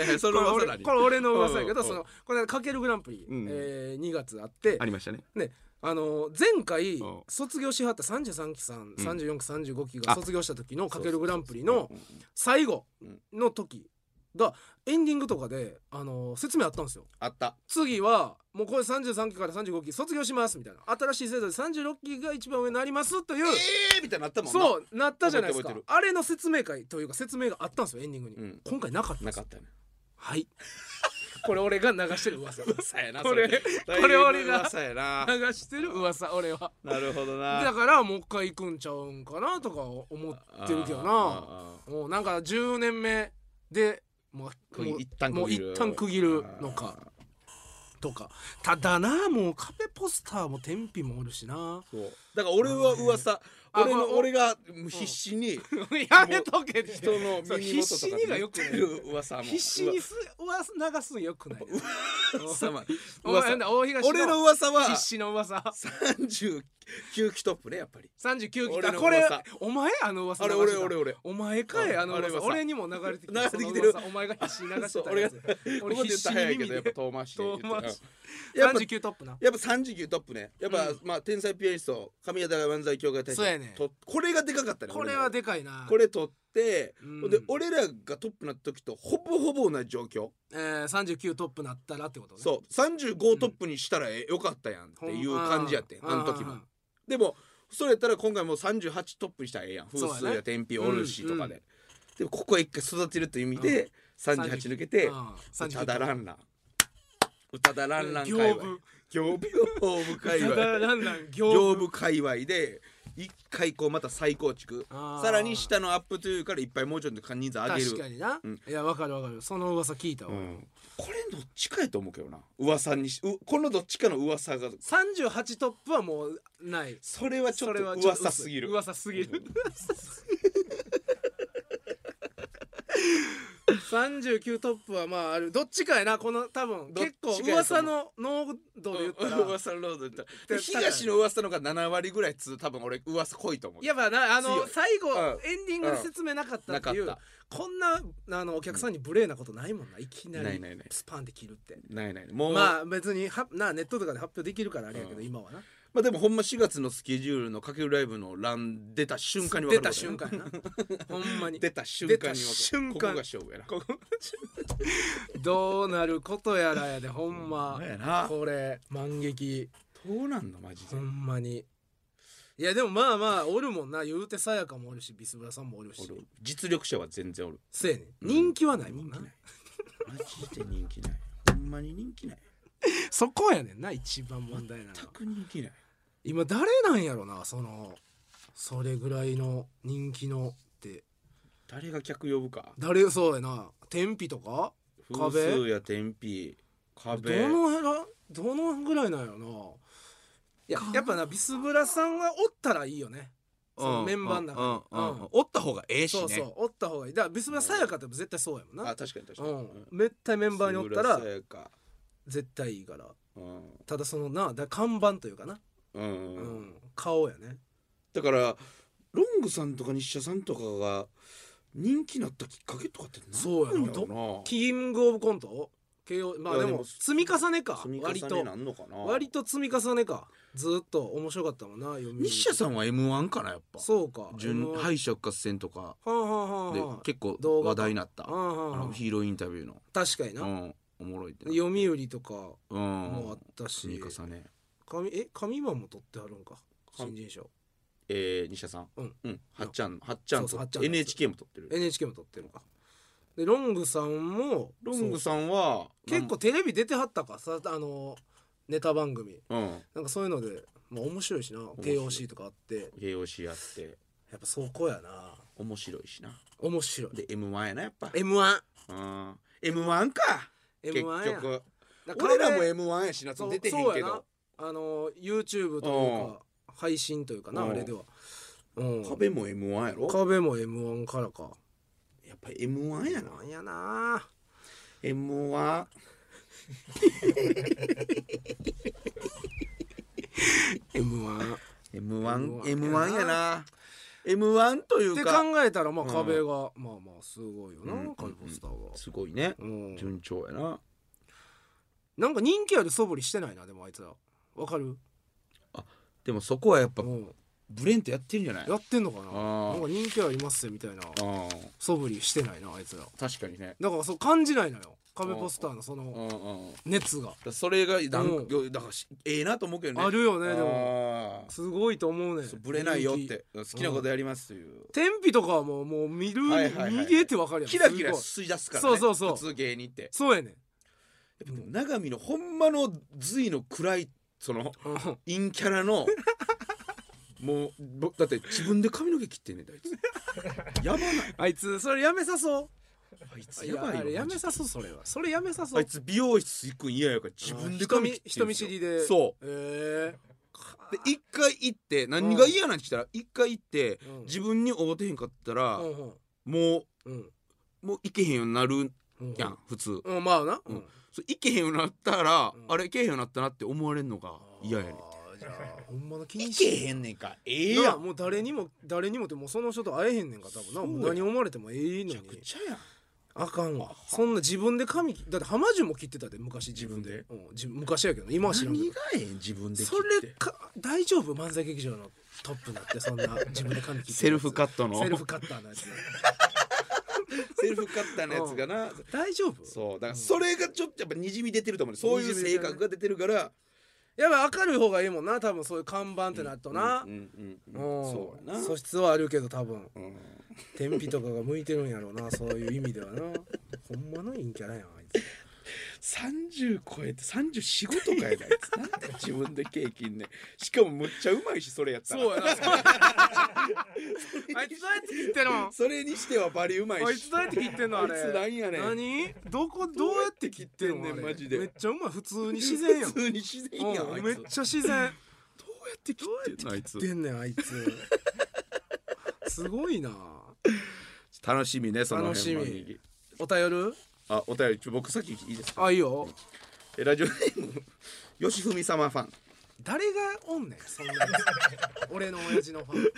Speaker 1: はいそ
Speaker 2: こ
Speaker 1: の
Speaker 2: れ
Speaker 1: 噂
Speaker 2: 俺
Speaker 1: 何
Speaker 2: これ俺の噂やけど
Speaker 1: うん
Speaker 2: そのこの間かけるグランプリ、
Speaker 1: うん
Speaker 2: えー2月あって
Speaker 1: ありましたね
Speaker 2: ねあの前回
Speaker 1: うん
Speaker 2: 卒業しはった33期さん34期35期が
Speaker 1: あ
Speaker 2: 卒業した時のかけるグランプリの
Speaker 1: うんうん
Speaker 2: 最後の時がエンディングとかであの説明あったんですよ
Speaker 1: あった
Speaker 2: 次はもうこれ33期から35期卒業しますみたいな新しい制度で36期が一番上になりますという
Speaker 1: えーみたいになったもんな
Speaker 2: そうなったじゃないですか
Speaker 1: 覚えてる
Speaker 2: あれの説明会というか説明があったんですよエンディングに、
Speaker 1: うん
Speaker 2: 今回なかったんで
Speaker 1: な
Speaker 2: す
Speaker 1: かっ
Speaker 2: よ
Speaker 1: たね
Speaker 2: はい これ俺が流してる噂 流
Speaker 1: さやな
Speaker 2: これ
Speaker 1: そ
Speaker 2: これ俺が
Speaker 1: だいぶ噂やな
Speaker 2: してる噂俺は
Speaker 1: なるほどな
Speaker 2: だからもう一回行くんちゃうんかなとか思ってるけどな
Speaker 1: あ
Speaker 2: もうなんか10年目でもう
Speaker 1: ー
Speaker 2: もう
Speaker 1: 一旦
Speaker 2: もう一旦区切るのか
Speaker 1: あー
Speaker 2: とかただなもうカフェポスターも天日もおるしな
Speaker 1: そうだから俺は噂
Speaker 2: あ
Speaker 1: 俺の
Speaker 2: これ
Speaker 1: 俺が必死に
Speaker 2: やめとけって
Speaker 1: 人の
Speaker 2: そう
Speaker 1: 耳
Speaker 2: 必
Speaker 1: 元と
Speaker 2: 死
Speaker 1: か
Speaker 2: に
Speaker 1: で
Speaker 2: が
Speaker 1: 言
Speaker 2: よ
Speaker 1: っ
Speaker 2: くな
Speaker 1: て
Speaker 2: い
Speaker 1: る噂も
Speaker 2: 必死にす噂流すんよくない
Speaker 1: 噂も
Speaker 2: お前
Speaker 1: 噂
Speaker 2: なんだ大東
Speaker 1: 俺の噂は
Speaker 2: 必死の噂
Speaker 1: 39期トップねやっぱり
Speaker 2: 39期
Speaker 1: 俺
Speaker 2: あ
Speaker 1: の
Speaker 2: これ
Speaker 1: 噂
Speaker 2: お前あの噂
Speaker 1: あれ
Speaker 2: 流し
Speaker 1: 俺
Speaker 2: てた
Speaker 1: 俺俺
Speaker 2: お前かい
Speaker 1: うん
Speaker 2: あの噂
Speaker 1: あれ噂
Speaker 2: 俺にも流れてきて
Speaker 1: 流れてきてる
Speaker 2: その噂お前が必死に流して
Speaker 1: そう
Speaker 2: た
Speaker 1: 俺
Speaker 2: や
Speaker 1: が
Speaker 2: つ
Speaker 1: 俺も言ったら早いけどやっぱ
Speaker 2: で
Speaker 1: 遠回しで言って
Speaker 2: 遠回し
Speaker 1: うんやっぱ
Speaker 2: 39トップな
Speaker 1: やっぱ39トップねやっぱ、
Speaker 2: うん
Speaker 1: まあ天才ピアニスト神谷大漫才協会大
Speaker 2: そ
Speaker 1: 賞
Speaker 2: うやね
Speaker 1: とこれがでかかったね
Speaker 2: これ
Speaker 1: 俺
Speaker 2: は
Speaker 1: の
Speaker 2: でかいな
Speaker 1: これ取って、
Speaker 2: うん
Speaker 1: ほんで俺らがトップな時とほぼほぼ同じ状況、
Speaker 2: えー39トップなったらってことね
Speaker 1: そう35トップにしたらええよかったやんっていう感じやってん、あの時もでもそれやったら今回もう38トップにしたらええやん
Speaker 2: そうや
Speaker 1: 風
Speaker 2: ね
Speaker 1: 数や天日おるしとかで、
Speaker 2: うん
Speaker 1: でもここは一回育てるという意味で、38抜けて「
Speaker 2: 三
Speaker 1: 宇
Speaker 2: 十
Speaker 1: 多田ランラン」「宇多田ランラン」界
Speaker 2: 行
Speaker 1: 隈
Speaker 2: 部
Speaker 1: 行部行部界
Speaker 2: た
Speaker 1: 隈
Speaker 2: だランラ ン
Speaker 1: 行
Speaker 2: 行部
Speaker 1: 部界隈で一回こうまた再構築
Speaker 2: あー
Speaker 1: さらに下のアップというからいっぱいもうちょっと人数上げる
Speaker 2: 確かにな
Speaker 1: うん
Speaker 2: いやわかるわかるその噂聞いたわ
Speaker 1: うんこれどっちかやと思うけどな噂にしうこのどっちかの噂が
Speaker 2: 38トップはもうない
Speaker 1: それはちょ
Speaker 2: そ
Speaker 1: っ
Speaker 2: れ
Speaker 1: と
Speaker 2: はちょっと
Speaker 1: 噂すぎる
Speaker 2: 噂すぎる
Speaker 1: う
Speaker 2: 39トップはまああるどっちかやなこの多分
Speaker 1: どっち
Speaker 2: 結
Speaker 1: かやと
Speaker 2: 構噂
Speaker 1: 思う
Speaker 2: の濃度で言ったら
Speaker 1: うん噂のロードで言ったらで
Speaker 2: で高い
Speaker 1: 東の噂の方が7割ぐらいつ多分俺噂濃いと思う
Speaker 2: やっぱなあ
Speaker 1: 強
Speaker 2: の
Speaker 1: い
Speaker 2: 最後
Speaker 1: うん
Speaker 2: エンディングで説明なかったっていう
Speaker 1: なかっ
Speaker 2: こんなあのお客さんに無礼なことないもんないきな
Speaker 1: ない
Speaker 2: り
Speaker 1: ないない
Speaker 2: スパンで切るって
Speaker 1: ないないもう、まあ、
Speaker 2: まあ別にはなネットとかで発表できるからあれやけど
Speaker 1: うん
Speaker 2: 今はな
Speaker 1: でもほんま4月のスケジュールのかけるライブの欄出た瞬間に分
Speaker 2: 出
Speaker 1: かる
Speaker 2: た瞬間やなほんまに
Speaker 1: 出た瞬間に分かる
Speaker 2: 出た瞬間
Speaker 1: ここが勝負やなここ
Speaker 2: どうなることやらやでほんま
Speaker 1: やなど
Speaker 2: これ万劇
Speaker 1: うなんのマジ
Speaker 2: ほ
Speaker 1: で
Speaker 2: んまにいやでもまあまあおるもんな言うてさやかもおるしビスブラさんもおるし
Speaker 1: おる実力者は全然おる
Speaker 2: せやねん
Speaker 1: うん
Speaker 2: 人気はないもんな、
Speaker 1: 人気ないマジで人気ないほんまに人気ない
Speaker 2: そこやねんな一番問題なのは
Speaker 1: 全く人気ない
Speaker 2: 今誰なんやろなそのそれぐらいの人気のって
Speaker 1: 誰が客呼ぶか
Speaker 2: 誰そうやな天日とか
Speaker 1: 風
Speaker 2: 壁
Speaker 1: 数や天日
Speaker 2: ど
Speaker 1: 壁
Speaker 2: のへらどのぐらいなんやろないややっぱなビスブラさんがおったらいいよねそのメンバーの中に
Speaker 1: うんうんうん
Speaker 2: うん
Speaker 1: おった方がええしね
Speaker 2: そうそうおった方がいいだからビスブラさやかって絶対そうやもんな
Speaker 1: あ確かに確か
Speaker 2: う
Speaker 1: に、
Speaker 2: ん絶対メンバーにおったら
Speaker 1: 杉浦さやか
Speaker 2: 絶対いいから
Speaker 1: うん
Speaker 2: ただそのなだ看板というかな、
Speaker 1: うん
Speaker 2: うん
Speaker 1: うん
Speaker 2: 顔やね
Speaker 1: だからロングさんとか日射さんとかが人気になったきっかけとかって何
Speaker 2: そうやな
Speaker 1: なんろ
Speaker 2: キングオブコント KO まあ
Speaker 1: い
Speaker 2: で
Speaker 1: や
Speaker 2: も
Speaker 1: でも
Speaker 2: 積み重ね
Speaker 1: な
Speaker 2: か
Speaker 1: 積み重
Speaker 2: 割
Speaker 1: ね
Speaker 2: と
Speaker 1: なんのかな
Speaker 2: 割と積み重ねかずっと面白かったもんな読売
Speaker 1: 日射さんは m 1かなやっぱ
Speaker 2: そうか
Speaker 1: 準
Speaker 2: M1
Speaker 1: 敗者復活戦とか
Speaker 2: はんはんはんはん
Speaker 1: で
Speaker 2: はん
Speaker 1: 結構
Speaker 2: 動画か
Speaker 1: 話題になったあ
Speaker 2: はんはん
Speaker 1: のヒーローインタビューの
Speaker 2: 確かにな、
Speaker 1: うんおもろいってな
Speaker 2: 読売とか
Speaker 1: うん
Speaker 2: もあったし
Speaker 1: 積み重ね
Speaker 2: 神え神マンも取ってあるんか新人賞
Speaker 1: えー、西田さん、
Speaker 2: うん
Speaker 1: はっちゃんはっちゃん
Speaker 2: そうそう
Speaker 1: と
Speaker 2: はっちゃんのやつ
Speaker 1: NHK も撮ってる
Speaker 2: NHK も取ってるかでロングさんも
Speaker 1: ロング
Speaker 2: ん
Speaker 1: さんは
Speaker 2: 結構テレビ出てはったかさあのネタ番組
Speaker 1: うん
Speaker 2: なんかそういうので、まあ、面白いしな
Speaker 1: 白い
Speaker 2: KOC とかあって
Speaker 1: 形容詞やって
Speaker 2: やっぱそこやな
Speaker 1: 面白いしな
Speaker 2: 面白い
Speaker 1: で M1 やなやっぱ
Speaker 2: m 1
Speaker 1: うん M1 か
Speaker 2: m 1
Speaker 1: 結
Speaker 2: や
Speaker 1: 局
Speaker 2: だから
Speaker 1: 俺らも M1 やしな
Speaker 2: そ
Speaker 1: そ
Speaker 2: うう
Speaker 1: 出てへ
Speaker 2: そ
Speaker 1: ん
Speaker 2: う
Speaker 1: け
Speaker 2: やな
Speaker 1: ど
Speaker 2: あの YouTube というか配信というかな
Speaker 1: うん
Speaker 2: あれでは、うん、
Speaker 1: 壁も M1 やろ
Speaker 2: 壁も m 1からか
Speaker 1: やっぱ M1 やな
Speaker 2: M1 やな
Speaker 1: M1
Speaker 2: m 1
Speaker 1: M1
Speaker 2: M1
Speaker 1: M1 やな M1 とい
Speaker 2: っ
Speaker 1: う
Speaker 2: て
Speaker 1: か
Speaker 2: 考えたらまあ
Speaker 1: うん
Speaker 2: 壁が、まあまあすごいよな、
Speaker 1: うん
Speaker 2: カルポスターは、
Speaker 1: すごいね
Speaker 2: うん
Speaker 1: 順調やな
Speaker 2: なんか人気ある素振りしてないなでもあいつらわかる、
Speaker 1: でもそこはやっぱ
Speaker 2: うん、
Speaker 1: ブレンとやってるんじゃない
Speaker 2: やってんのか
Speaker 1: あ
Speaker 2: なな
Speaker 1: ー
Speaker 2: んか人気ありますよみたいな
Speaker 1: あー
Speaker 2: 素振りしてないなあいつら
Speaker 1: 確かにね
Speaker 2: だからそう感じないのよ壁ポスターのその
Speaker 1: うんうん
Speaker 2: 熱が
Speaker 1: それがなんか
Speaker 2: う
Speaker 1: だからしええなと思うけどね
Speaker 2: あるよねでも
Speaker 1: も
Speaker 2: すごいと思うね
Speaker 1: ぶれないよって好
Speaker 2: 気
Speaker 1: きなことやりますという
Speaker 2: 天日とかはもうもう見る、
Speaker 1: はいはいはい
Speaker 2: 見てってわかるやん
Speaker 1: キラキラ
Speaker 2: す
Speaker 1: 吸い出すからね
Speaker 2: そうそうそう
Speaker 1: 普通芸人って
Speaker 2: ごいそうやねん
Speaker 1: でも長見のほんまの隋の暗いその
Speaker 2: うん
Speaker 1: 陰キャ ラのもうぼだって自分で髪の毛切ってんねんだいつ やばない
Speaker 2: あいつそれやめさそう
Speaker 1: あいつ
Speaker 2: い
Speaker 1: や
Speaker 2: や
Speaker 1: ばい
Speaker 2: あ
Speaker 1: よ
Speaker 2: れや
Speaker 1: マ
Speaker 2: め
Speaker 1: ジで
Speaker 2: さそうそれはそれやめさそ
Speaker 1: あ
Speaker 2: う
Speaker 1: いつ美容室行くん嫌やから自分で髪切ってんす
Speaker 2: 人
Speaker 1: よ
Speaker 2: 見人見知りで
Speaker 1: そう
Speaker 2: え
Speaker 1: うで一回行って何が嫌なんて言ったら一回行って
Speaker 2: えうん
Speaker 1: 自分に合うてへんかったら、
Speaker 2: うん
Speaker 1: も
Speaker 2: うん
Speaker 1: うもう行けへんようになる
Speaker 2: うん
Speaker 1: やん、普通
Speaker 2: うんまあな
Speaker 1: うんそう行けへんようになったら、
Speaker 2: うん
Speaker 1: あれ行けへんようになったなって思われんのが嫌やねん
Speaker 2: あーじゃあほんまの気に
Speaker 1: 行
Speaker 2: し
Speaker 1: けへんねんかええ
Speaker 2: い
Speaker 1: や
Speaker 2: や
Speaker 1: ん
Speaker 2: もう誰にも誰にもってもうその人と会えへんねんから多分な
Speaker 1: そうや
Speaker 2: もう何思われてもええの
Speaker 1: めち
Speaker 2: に
Speaker 1: ゃくちゃやん
Speaker 2: あかんわそんな自分で髪だって浜淳も切ってたで昔自分で
Speaker 1: 自
Speaker 2: うん自分昔やけど今は知らんけど
Speaker 1: 何がええん自分で切
Speaker 2: そ
Speaker 1: っ
Speaker 2: れ
Speaker 1: て
Speaker 2: か大丈夫漫才劇場のトップになってそんな自分で髪切って
Speaker 1: セルフカットの
Speaker 2: セルフカッターのやつ
Speaker 1: セルフカッターのやつがな、
Speaker 2: 大丈夫
Speaker 1: そうだからそれがちょっとやっぱにじみ出てると思うねそういう性格が出てるから
Speaker 2: やばい明るい方がいいもんな多分そういう看板ってなっとな
Speaker 1: うんうんうん
Speaker 2: うん
Speaker 1: そうやな
Speaker 2: 素質はあるけど多分
Speaker 1: うん
Speaker 2: 天日とかが向いてるんやろうなそういう意味ではなほんまの陰キャラやんあいつ
Speaker 1: 30超えて34五とかやなあいつなんで自分でケーキんねんしかもむっちゃうまいしそれやったら
Speaker 2: やなあいつどう やって切ってんの
Speaker 1: それにしてはバリうまいし
Speaker 2: あいつどうやって切ってんのあれ
Speaker 1: あいつなんやねん
Speaker 2: 何どこどうやって切ってん
Speaker 1: どう
Speaker 2: ね
Speaker 1: やって切って
Speaker 2: んマジで
Speaker 1: んねんマジで
Speaker 2: めっちゃうまい普通に自然やん
Speaker 1: 普通に自然やんあ
Speaker 2: うん
Speaker 1: いつ
Speaker 2: めっちゃ自然
Speaker 1: どうやって切ってんのあいつ
Speaker 2: でんねんあいつすごいな
Speaker 1: 楽しみねその
Speaker 2: 楽し
Speaker 1: 辺
Speaker 2: み
Speaker 1: もに
Speaker 2: お便る
Speaker 1: あお便りちょ僕さっきいいですか
Speaker 2: あいいよ
Speaker 1: えラジオネーム吉文様ファン
Speaker 2: 誰がおんねんそんなやつ俺の親父の ファン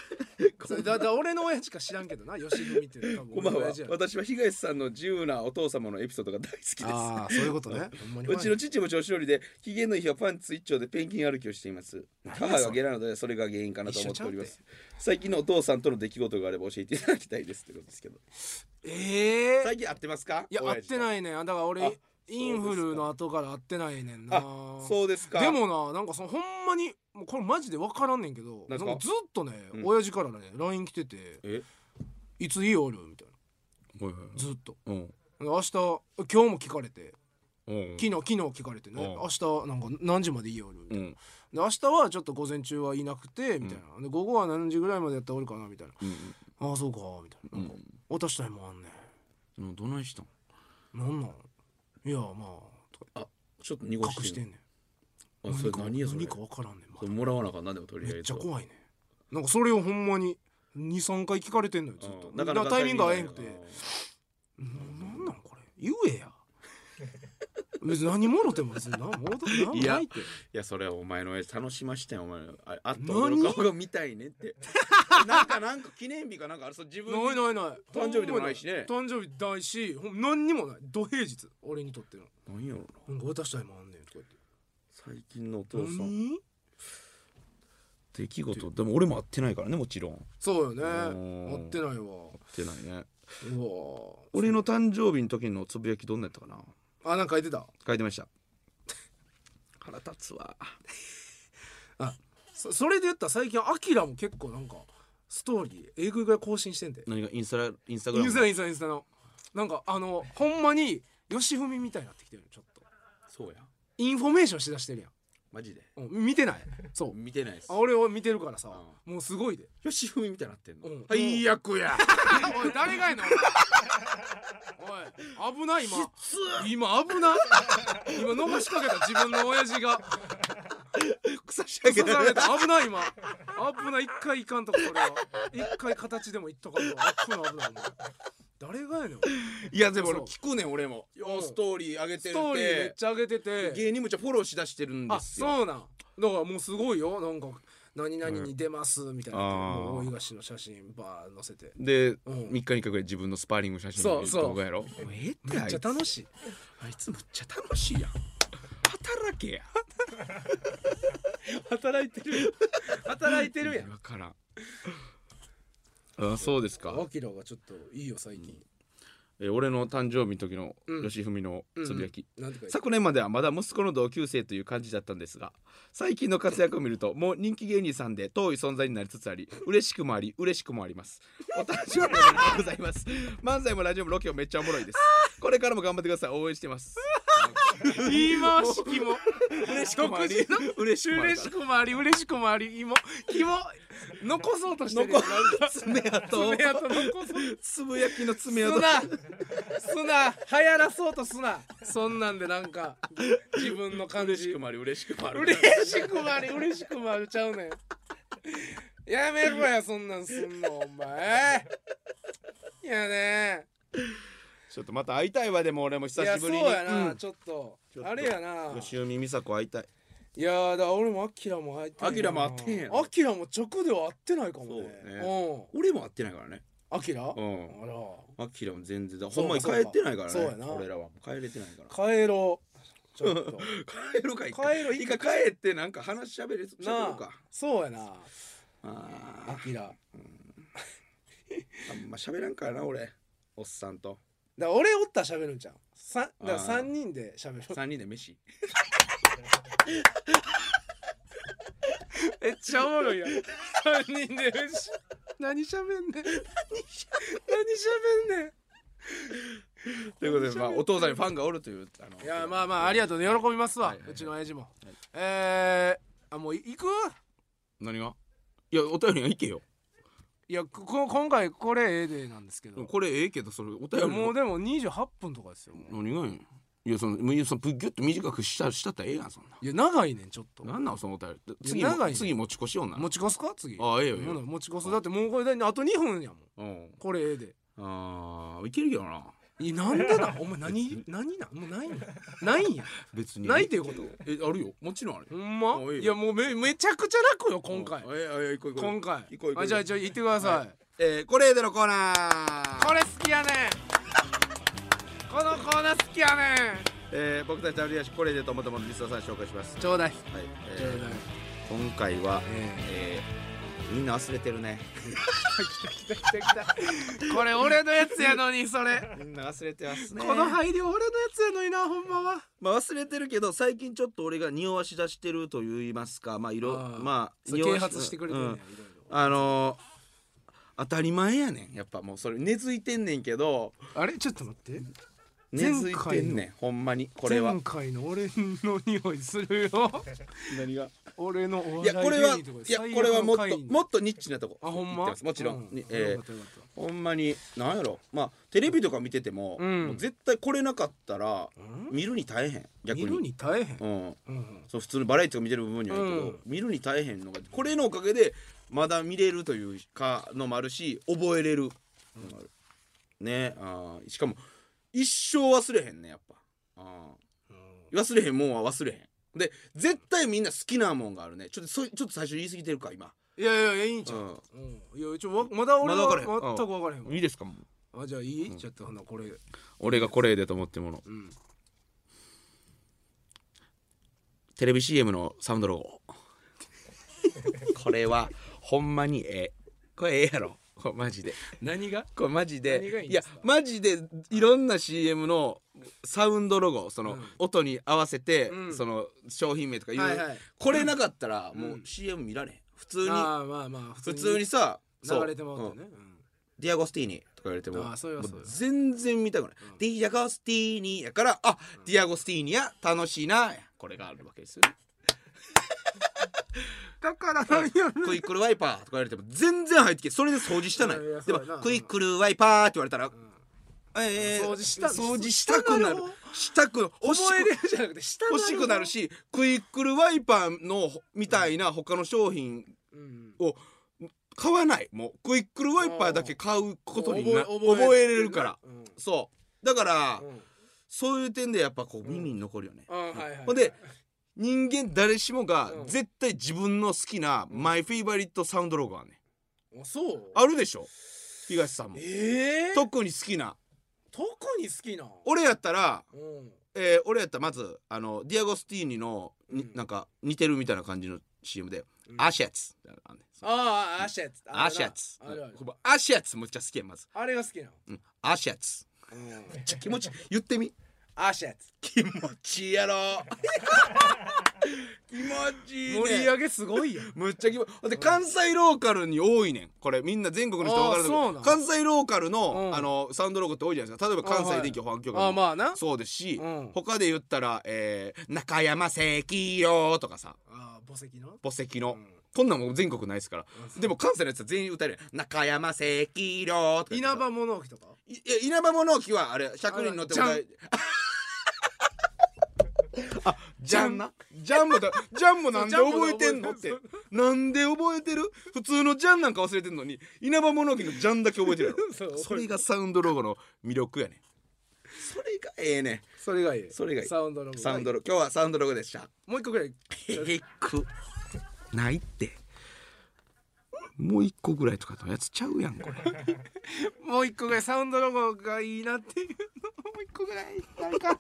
Speaker 2: それだだ俺の親父か知らんけどな吉文っていうのは多
Speaker 1: こん
Speaker 2: 分
Speaker 1: ば
Speaker 2: 俺の
Speaker 1: んは
Speaker 2: 親父やろ
Speaker 1: 私は東さんの自由なお父様のエピソードが大好きです
Speaker 2: ああそういうことねほんまにファン
Speaker 1: うちの父も調子乗りで機嫌のいい日はパンツ一丁でペンギン歩きをしています母がゲラなのでそれが原因かなと思っております最近のお父さんとの出来事があれば教えていただきたいですってことですけど
Speaker 2: ええ
Speaker 1: 最近会ってますか
Speaker 2: いや会って
Speaker 1: い
Speaker 2: ないねんだから
Speaker 1: あ
Speaker 2: 俺インフルの後から会ってないねんな
Speaker 1: あそうですか
Speaker 2: でもななんかそのほんまにもうこれマジで分からんねんけどなん
Speaker 1: な
Speaker 2: ん
Speaker 1: すか
Speaker 2: かずっとね、
Speaker 1: うん
Speaker 2: 親父からね LINE 来てて
Speaker 1: え
Speaker 2: 「いつ家おる?」みたいな
Speaker 1: うん
Speaker 2: ずっと
Speaker 1: うん
Speaker 2: で明日今日も聞かれて
Speaker 1: うん
Speaker 2: 昨日昨日聞かれてね
Speaker 1: うん
Speaker 2: 明日なんか何時まで家おるみたいな
Speaker 1: うん
Speaker 2: で明日はちょっと午前中はいなくてみたいな、で午後は何時ぐらいまでやったらおるかなみたいなああそうかみたいななんか渡したいもんあんね
Speaker 1: うんどないしたん
Speaker 2: んなんなんいやまあとか
Speaker 1: あちょっと
Speaker 2: 言
Speaker 1: 濁
Speaker 2: って
Speaker 1: して
Speaker 2: 隠してんねん
Speaker 1: あそれ何やそれ
Speaker 2: 何か分からんねん、ま
Speaker 1: それもらわなあかんなんでもと
Speaker 2: だ
Speaker 1: りあえず
Speaker 2: めっちゃ怖いねんなんかそれをほんまに23回聞かれてんのよずっと
Speaker 1: うんなかなか
Speaker 2: タイミング合えんくて
Speaker 1: タイミング
Speaker 2: ななんなんこれ言えや別に何もろても別に何もろても何もないって
Speaker 1: いやそれはお前の親父楽しましたよお前のああっと俺の顔が見たいねってなんかなんか記念日かなんかあれそう自分に
Speaker 2: ないないない
Speaker 1: 誕生日でもないしね
Speaker 2: 誕生日ないしほん何にもない土平日俺にとっての
Speaker 1: 何やろな
Speaker 2: なんか渡したいもんあんねんとか言って
Speaker 1: 最近のお父さん
Speaker 2: 何
Speaker 1: 出来事でも俺も会ってないからねもちろん
Speaker 2: そうよね
Speaker 1: うん
Speaker 2: 合ってないわう
Speaker 1: 会ってないね
Speaker 2: わ
Speaker 1: 俺の誕生日の時のつぶやきどんなやったかな
Speaker 2: あなんか書いてた
Speaker 1: 書いてました腹立つわ
Speaker 2: あそそれで言ったら最近アキラも結構なんかストーリーえぐいぐらい更新してんで
Speaker 1: 何がインスタラインスタグラ
Speaker 2: イン
Speaker 1: ム
Speaker 2: スタインスタインスタのなんかあのほんまに吉文みたいになってきてるよちょっと
Speaker 1: そうや
Speaker 2: インフォメーションしだしてる
Speaker 1: マジで
Speaker 2: やん、うん、見てないそう
Speaker 1: 見てないです
Speaker 2: あ俺を見てるからさ、もうすごいで
Speaker 1: よしふみみたいになってんの、
Speaker 2: うん
Speaker 1: 最悪や
Speaker 2: おい誰がやねんおいおい危ない今今危ない今逃しかけた自分の親父が
Speaker 1: 草し
Speaker 2: 刺された危ない今危ない一回いかんとこそれは一回形でもいっとかんと危ない危ないお前誰がやねんお前
Speaker 1: いやでも俺
Speaker 2: そう
Speaker 1: 聞くねん俺もよ
Speaker 2: うん
Speaker 1: うストーリー上げてる
Speaker 2: ス
Speaker 1: っ
Speaker 2: トーリーめってちゃ上げてて
Speaker 1: 芸人もちゃフォローしだしてるんで
Speaker 2: あ
Speaker 1: すよ
Speaker 2: そうなんだからもうすごいよなんか何々に出ますみたいな、
Speaker 1: うん
Speaker 2: もう
Speaker 1: あー
Speaker 2: 大東の写真バー載せて
Speaker 1: で、
Speaker 2: うん
Speaker 1: 3日にかけて自分のスパーリング写真
Speaker 2: そう
Speaker 1: の
Speaker 2: そう
Speaker 1: 動画やろもうええって
Speaker 2: め
Speaker 1: あ
Speaker 2: っ
Speaker 1: い
Speaker 2: ちゃ
Speaker 1: つ
Speaker 2: 楽しい
Speaker 1: あいつむっちゃ楽しいやん働けや
Speaker 2: 働いてる働いてるやん
Speaker 1: 分からんあそうですか
Speaker 2: アキラがちょっといいよ最近、
Speaker 1: え俺の誕生日の時の
Speaker 2: うん
Speaker 1: 吉文のつぶやき、
Speaker 2: なんて書いて
Speaker 1: 昨年まではまだ息子の同級生という感じだったんですが最近の活躍を見るともう人気芸人さんで遠い存在になりつつあり嬉しくもあり嬉しくもありますお誕生日おめでとうございます漫才もラジオもロケもめっちゃおもろいですこれからも頑張ってください応援してます
Speaker 2: 言い回しキモ
Speaker 1: 嬉
Speaker 2: しくもあり
Speaker 1: 嬉しくもあり
Speaker 2: 嬉しくもあり嬉しくもありキモキモ残そうとしてるよ
Speaker 1: 残爪痕
Speaker 2: 爪痕残そう
Speaker 1: つぶやきの爪
Speaker 2: す
Speaker 1: 痕
Speaker 2: なすな流行らそうとすなそんなんでなんか自分の感
Speaker 1: 嬉
Speaker 2: じ
Speaker 1: しくもあり嬉しくもあり
Speaker 2: 嬉しくもあり嬉しくもあるちゃうねんやめろやそんなんすんのお前いやね
Speaker 1: ちょっとまた会いたいわでも俺も
Speaker 2: い
Speaker 1: 久
Speaker 2: や
Speaker 1: し
Speaker 2: そ
Speaker 1: ぶ
Speaker 2: う
Speaker 1: りに
Speaker 2: やな、
Speaker 1: うん
Speaker 2: ちょっと
Speaker 1: ちょっと
Speaker 2: あれやな
Speaker 1: 吉海美佐子会いたい
Speaker 2: いやーだから俺もアキラも会ってんやな
Speaker 1: アキラも会ってんやな
Speaker 2: アキラも直では会ってないかもね
Speaker 1: そうね
Speaker 2: う
Speaker 1: 俺も会ってないからね
Speaker 2: んアキラ、
Speaker 1: うん
Speaker 2: あら
Speaker 1: アキラも全然だ
Speaker 2: そう
Speaker 1: ほ
Speaker 2: ん
Speaker 1: まに帰ってないから
Speaker 2: そう
Speaker 1: ね
Speaker 2: やな
Speaker 1: 俺らは帰れてないから
Speaker 2: 帰ろ うちょっと
Speaker 1: 帰るか一
Speaker 2: 帰
Speaker 1: 回
Speaker 2: ろう
Speaker 1: 一回帰ってなんか話しゃべれしゃべ
Speaker 2: な
Speaker 1: る
Speaker 2: あ
Speaker 1: か
Speaker 2: そうやな
Speaker 1: あ
Speaker 2: アキラだか
Speaker 1: ーあんましゃべらんからな俺おっさんと
Speaker 2: ら俺おったら喋るんじゃんさだから
Speaker 1: あー
Speaker 2: 3人で喋る
Speaker 1: 3人で飯
Speaker 2: めっちゃおもろい やん3人で飯何喋んねん何喋んねん
Speaker 1: という ことで、まあ、お父さんにファンがおるというあの
Speaker 2: いやまあまあありがとうね喜びますわ、
Speaker 1: はいはいはいう
Speaker 2: ちの親父も、えー、あもうい行く
Speaker 1: 何がいやお便りはいけよ
Speaker 2: いやここ今回これええでなんですけ
Speaker 1: で
Speaker 2: ど
Speaker 1: もこれええけどそれお
Speaker 2: い
Speaker 1: 便
Speaker 2: や
Speaker 1: り
Speaker 2: もうでも28分とかですよもう
Speaker 1: 何がいいいやそのもうそのギュッと短くしたしたったらええやんそんない
Speaker 2: や長いねんちょっと
Speaker 1: なんなんそのお便り
Speaker 2: や
Speaker 1: 次も
Speaker 2: 長いね
Speaker 1: 次持ち越しような
Speaker 2: 持ち越すか次
Speaker 1: ああええよええ
Speaker 2: ほな
Speaker 1: よ
Speaker 2: 持ち越すだってもうこれだあと2分やもん
Speaker 1: うん
Speaker 2: これええで
Speaker 1: あーいけるけどない
Speaker 2: やなんで なお前何何なんもうないんやないんや
Speaker 1: 別に
Speaker 2: ないっていうこと
Speaker 1: えあるよもちろんある
Speaker 2: ほんま
Speaker 1: もういいよ
Speaker 2: いやもうめめちゃくちゃ楽よ今回
Speaker 1: えええ行こう行こう
Speaker 2: 今回
Speaker 1: 行こう行こう
Speaker 2: あじゃあじゃあ行ってください、
Speaker 1: えーこれでのコーナー
Speaker 2: これ好きやねんこのコーナー好きやね
Speaker 1: えー僕たちダブリアシこれでともとものリスナーさん紹介します
Speaker 2: んちょうだい
Speaker 1: はい、えー
Speaker 2: ちょうだい
Speaker 1: 今回は、
Speaker 2: え
Speaker 1: えーみんな忘れてるね
Speaker 2: え来た来たこれ俺のやつやのにそれ
Speaker 1: みんな忘れてます ね
Speaker 2: この配慮俺のやつやのになほんまは
Speaker 1: まあ忘れてるけど最近ちょっと俺が匂わし出してると言いますかまあ色
Speaker 2: あー
Speaker 1: まあ
Speaker 2: そう
Speaker 1: 匂わ
Speaker 2: 啓発してくれてるね、
Speaker 1: うん
Speaker 2: いろいろ
Speaker 1: あのー当たり前やねんやっぱもうそれ根付いてんねんけど
Speaker 2: あれちょっと待って
Speaker 1: 根付いてんねんほんまにこれは
Speaker 2: 前回の俺の匂いするよ
Speaker 1: 何が
Speaker 2: 俺のお
Speaker 1: いやこれ
Speaker 2: 笑
Speaker 1: は
Speaker 2: 芸
Speaker 1: い
Speaker 2: 人とか
Speaker 1: いやこれはもっとも
Speaker 2: っ
Speaker 1: っとニッチなとこ
Speaker 2: あほん
Speaker 1: 言っ
Speaker 2: ま
Speaker 1: てますもちろん、
Speaker 2: う
Speaker 1: にえ
Speaker 2: よかっ
Speaker 1: ー
Speaker 2: たよかっ
Speaker 1: ほんまになんやろまあテレビとか見てても,、
Speaker 2: うん
Speaker 1: もう絶対これなかったら
Speaker 2: たうん
Speaker 1: 見るに大変逆に
Speaker 2: 見るに耐えへん
Speaker 1: うん、
Speaker 2: うんうん
Speaker 1: そう普通のバラエティを見てる部分にはいいけど、
Speaker 2: うん
Speaker 1: 見るに大変のがこれのおかげでまだ見れるというかのもあるし覚えれるのもある、ねあーしかも一生忘れへんねやっぱあー忘れへんもんは忘れへんで絶対みんな好きなもんがあるねちょっとそちょっと最初言い過ぎてるか今
Speaker 2: いやいやいやいいんちゃう
Speaker 1: うん
Speaker 2: うんいやちょわまだ俺は
Speaker 1: まだ
Speaker 2: 全
Speaker 1: 分からへん
Speaker 2: く分からへんわ
Speaker 1: いいですかもう
Speaker 2: あじゃあいいちょっとほなこれ
Speaker 1: 俺がこれでと思ってるもの
Speaker 2: うん
Speaker 1: テレビ CM のサウン ドロゴこれはほんまにええこれええやろこれマジで
Speaker 2: 何が
Speaker 1: これマジで
Speaker 2: 何がいいん
Speaker 1: や
Speaker 2: ですか
Speaker 1: マジでいろんな CM のサウンドロゴその、
Speaker 2: うん
Speaker 1: 音に合わせて、
Speaker 2: うん
Speaker 1: その商品名とかいう、
Speaker 2: はいはい
Speaker 1: これなかったらも
Speaker 2: う
Speaker 1: うん CM 見られへん普通に
Speaker 2: ああまあまあ
Speaker 1: 普通にさそう
Speaker 2: 流れてもらって
Speaker 1: うん
Speaker 2: ね、うん
Speaker 1: ディアゴスティーニとか言われても
Speaker 2: あーそれはそうよ
Speaker 1: もう全然見たくない、
Speaker 2: うん
Speaker 1: ディアゴスティーニやからあ、ディアゴスティーニや楽しいなこれがあるわけですよね
Speaker 3: だから何やる
Speaker 1: クイックルワイパーとか言われても全然入ってきてそれで掃除したない
Speaker 2: いやいや
Speaker 1: でも
Speaker 2: そうやな
Speaker 1: クイックルワイパーって言われたら、えー
Speaker 2: 掃除した
Speaker 1: 掃除したくなるしたく欲し
Speaker 2: 覚え
Speaker 1: く
Speaker 2: れるじゃなくて下
Speaker 1: 欲しくなる、しクイックルワイパーのみたいな他の商品
Speaker 2: うん、
Speaker 1: を買わないもうクイックルワイパーだけ買うことにな
Speaker 2: 覚
Speaker 1: 覚
Speaker 2: え
Speaker 1: え
Speaker 2: 覚え
Speaker 1: れるから
Speaker 2: うんうん
Speaker 1: そうだから、
Speaker 2: うん
Speaker 1: そういう点でやっぱこう耳に残るよね、
Speaker 2: はいはいはい
Speaker 1: ほんで人間誰しもが
Speaker 2: うん
Speaker 1: 絶対自分の好きなマイフィーバリットサウンドロゴあんねん
Speaker 2: あそう
Speaker 1: あるでしょ東さんも
Speaker 2: ええ
Speaker 1: 特に好きな
Speaker 2: 特に好きな
Speaker 1: 俺やったら
Speaker 2: うん
Speaker 1: えー俺やったらまずあのディアゴスティーニの、に
Speaker 2: うん
Speaker 1: なんか似てるみたいな感じの CM で「
Speaker 2: うん
Speaker 1: アシャツ」ってあるねそう
Speaker 2: ああアシャツ
Speaker 1: アシャツ
Speaker 2: あれあれ
Speaker 1: うんアシャツむっちゃ好きやんまず、
Speaker 2: あれが好きなの
Speaker 1: うん、アシャツ
Speaker 2: うん
Speaker 1: めっちゃ気持ちいい言ってみ
Speaker 2: アシャツ
Speaker 1: 気持ちいいやろ気持ちいい、ね、
Speaker 2: 盛り上げすごいよ
Speaker 1: むっちゃ気持ちいいで関西ローカルに多いねんこれみんな全国の人分かる
Speaker 2: あー
Speaker 1: と
Speaker 2: そう
Speaker 1: 思
Speaker 2: な
Speaker 1: うん関西ローカルの,、
Speaker 2: うん
Speaker 1: あのサウンドロゴって多いじゃないですか例えば関西電気保安 局
Speaker 2: ああまあな
Speaker 1: そうですし、
Speaker 2: うん
Speaker 1: 他で言ったら、えー中山石油とかさ
Speaker 2: ああ墓石の
Speaker 1: 墓石の、
Speaker 2: ん
Speaker 1: こんなんもう全国ないですから、でも関西のやつは全員歌えるやん中山石油とか
Speaker 2: 稲葉物置とか
Speaker 1: いや稲葉物置はあれ100人乗っても
Speaker 2: あ
Speaker 1: 大
Speaker 2: れ
Speaker 1: あジャンなジャンもだジャンもなんで
Speaker 2: そうジャンも
Speaker 1: 覚えてんのっ
Speaker 2: 覚えて
Speaker 1: て
Speaker 2: る
Speaker 1: なんで覚えてる普通のジャンなんか忘れてんのに稲葉物置のジャンだけ覚えてるや
Speaker 2: そう
Speaker 1: ろそれがサウンドロゴの魅力やねんそれがええねん
Speaker 2: それがいい
Speaker 1: それがいい
Speaker 2: サウンドロゴ
Speaker 1: サウンドロゴ今日はサウンドロゴでした
Speaker 2: もう一個ぐ らい
Speaker 1: へくないってもう一個ぐらいとかのやつちゃうやんこれ
Speaker 2: もう一個ぐらいサウンドロゴがいいなっていうのもう一個ぐらいなんか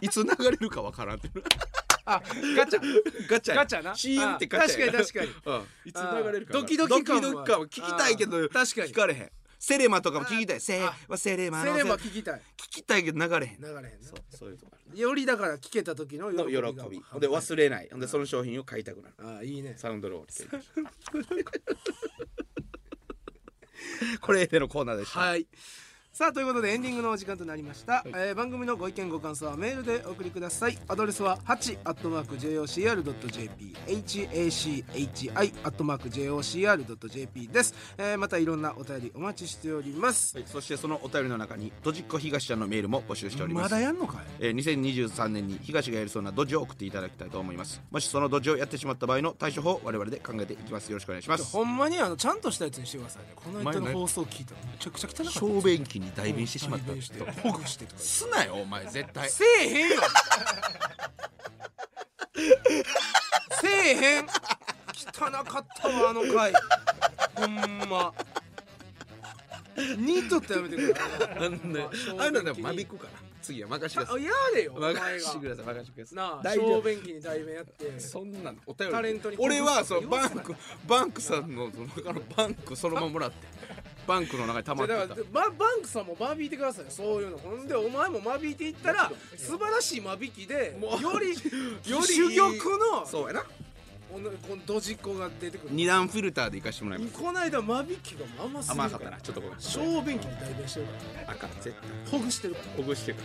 Speaker 1: いつ流れるかわからんって
Speaker 2: あガチャ
Speaker 1: ガチャや
Speaker 2: ガチャな
Speaker 1: シーンってガチャや
Speaker 2: あ確かに確
Speaker 1: うんいつ流れるか
Speaker 2: あドキドキ感は
Speaker 1: ドキドキ感は聞きたいけ
Speaker 2: あ
Speaker 1: ど
Speaker 2: 確かに
Speaker 1: 聞かれへんセレマとかも聞きたいセ
Speaker 2: あ
Speaker 1: はセレマ
Speaker 2: セ
Speaker 1: の
Speaker 2: レマ
Speaker 1: 聞
Speaker 2: 聞きたい
Speaker 1: きたいけど流れへん
Speaker 2: 流れへんな
Speaker 1: そうそういうとこある
Speaker 2: よりだから聞けた時の喜びが
Speaker 1: の喜びほんで忘れないほんでその商品を買いたくなる
Speaker 2: ああいいね
Speaker 1: サウンドロールっていうこれでのコーナーでした
Speaker 2: はいさあということでエンディングのお時間となりました、えー番組のご意見ご感想はメールでお送りくださいアドレスは 8-jocr.jp hachi-jocr.jp です、えーまたいろんなお便りお待ちしております、
Speaker 1: はいそしてそのお便りの中にドジっ子東ちゃんのメールも募集しております
Speaker 2: まだやんのかい
Speaker 1: えー2023年に東がやりそうなドジを送っていただきたいと思いますもしそのドジをやってしまった場合の対処法を我々で考えていきますよろしくお願いしま
Speaker 2: ちょ
Speaker 1: す
Speaker 2: ほんまにあのちゃんとしたやつにしてくださいねこの間
Speaker 1: 前
Speaker 2: の
Speaker 1: ね
Speaker 2: 放送聞いたらめちゃくちゃ汚かった
Speaker 1: 小便器に代弁してしまっ
Speaker 2: 代
Speaker 1: た
Speaker 2: 弁してほぐしてとか
Speaker 1: すなよお前絶対
Speaker 2: せえへん よせえへん汚かったわあの回ほんまニートってやめて くれ
Speaker 1: なんでああんなの間引くから次は任せてください
Speaker 2: やれよお前が
Speaker 1: 任せてください任せてください
Speaker 2: なあ
Speaker 1: 大丈夫
Speaker 2: 小便器に代弁やって
Speaker 1: そんなのお便
Speaker 2: タレントに
Speaker 1: り俺はその
Speaker 2: 言うな
Speaker 1: バンクバンクさんのその中のバンクそのままもらってバンクの中に溜ま
Speaker 2: だ
Speaker 1: って
Speaker 2: から
Speaker 1: た
Speaker 2: ババンクさんも間引いてくださいよそういうのほんでお前も間引いていったら素晴らしい間引きで
Speaker 1: もう
Speaker 2: より
Speaker 1: より
Speaker 2: 珠玉の
Speaker 1: そうやな
Speaker 2: このこのドジっ子が出てくる
Speaker 1: 二段フィルターで行かしてもらいます
Speaker 2: この間間引きがまんますぎ
Speaker 1: 甘
Speaker 2: る
Speaker 1: かっ
Speaker 2: か
Speaker 1: たな
Speaker 2: ら
Speaker 1: ちょっとごめん
Speaker 2: 小便器に代弁してるか
Speaker 1: あかん絶対
Speaker 2: らほぐしてるから
Speaker 1: ほぐしてくな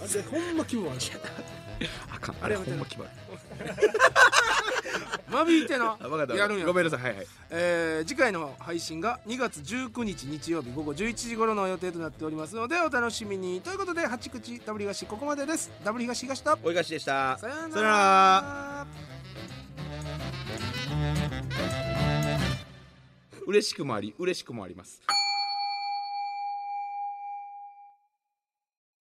Speaker 2: あれほんま気分 悪い
Speaker 1: あかん
Speaker 2: あれほんま
Speaker 1: 決まる
Speaker 2: 間引いてな
Speaker 1: あ分かった
Speaker 2: やるんや
Speaker 1: ごめんなさいはいはい
Speaker 2: えー次回の配信が2月19日日曜日午後11時頃の予定となっておりますのでお楽しみにということで八口ダブリガシここまでですダブリガシ東と
Speaker 1: おいがしでした
Speaker 2: さよう
Speaker 1: さ
Speaker 2: な
Speaker 1: よなら
Speaker 2: ら
Speaker 1: 嬉しくもあり嬉しくもあります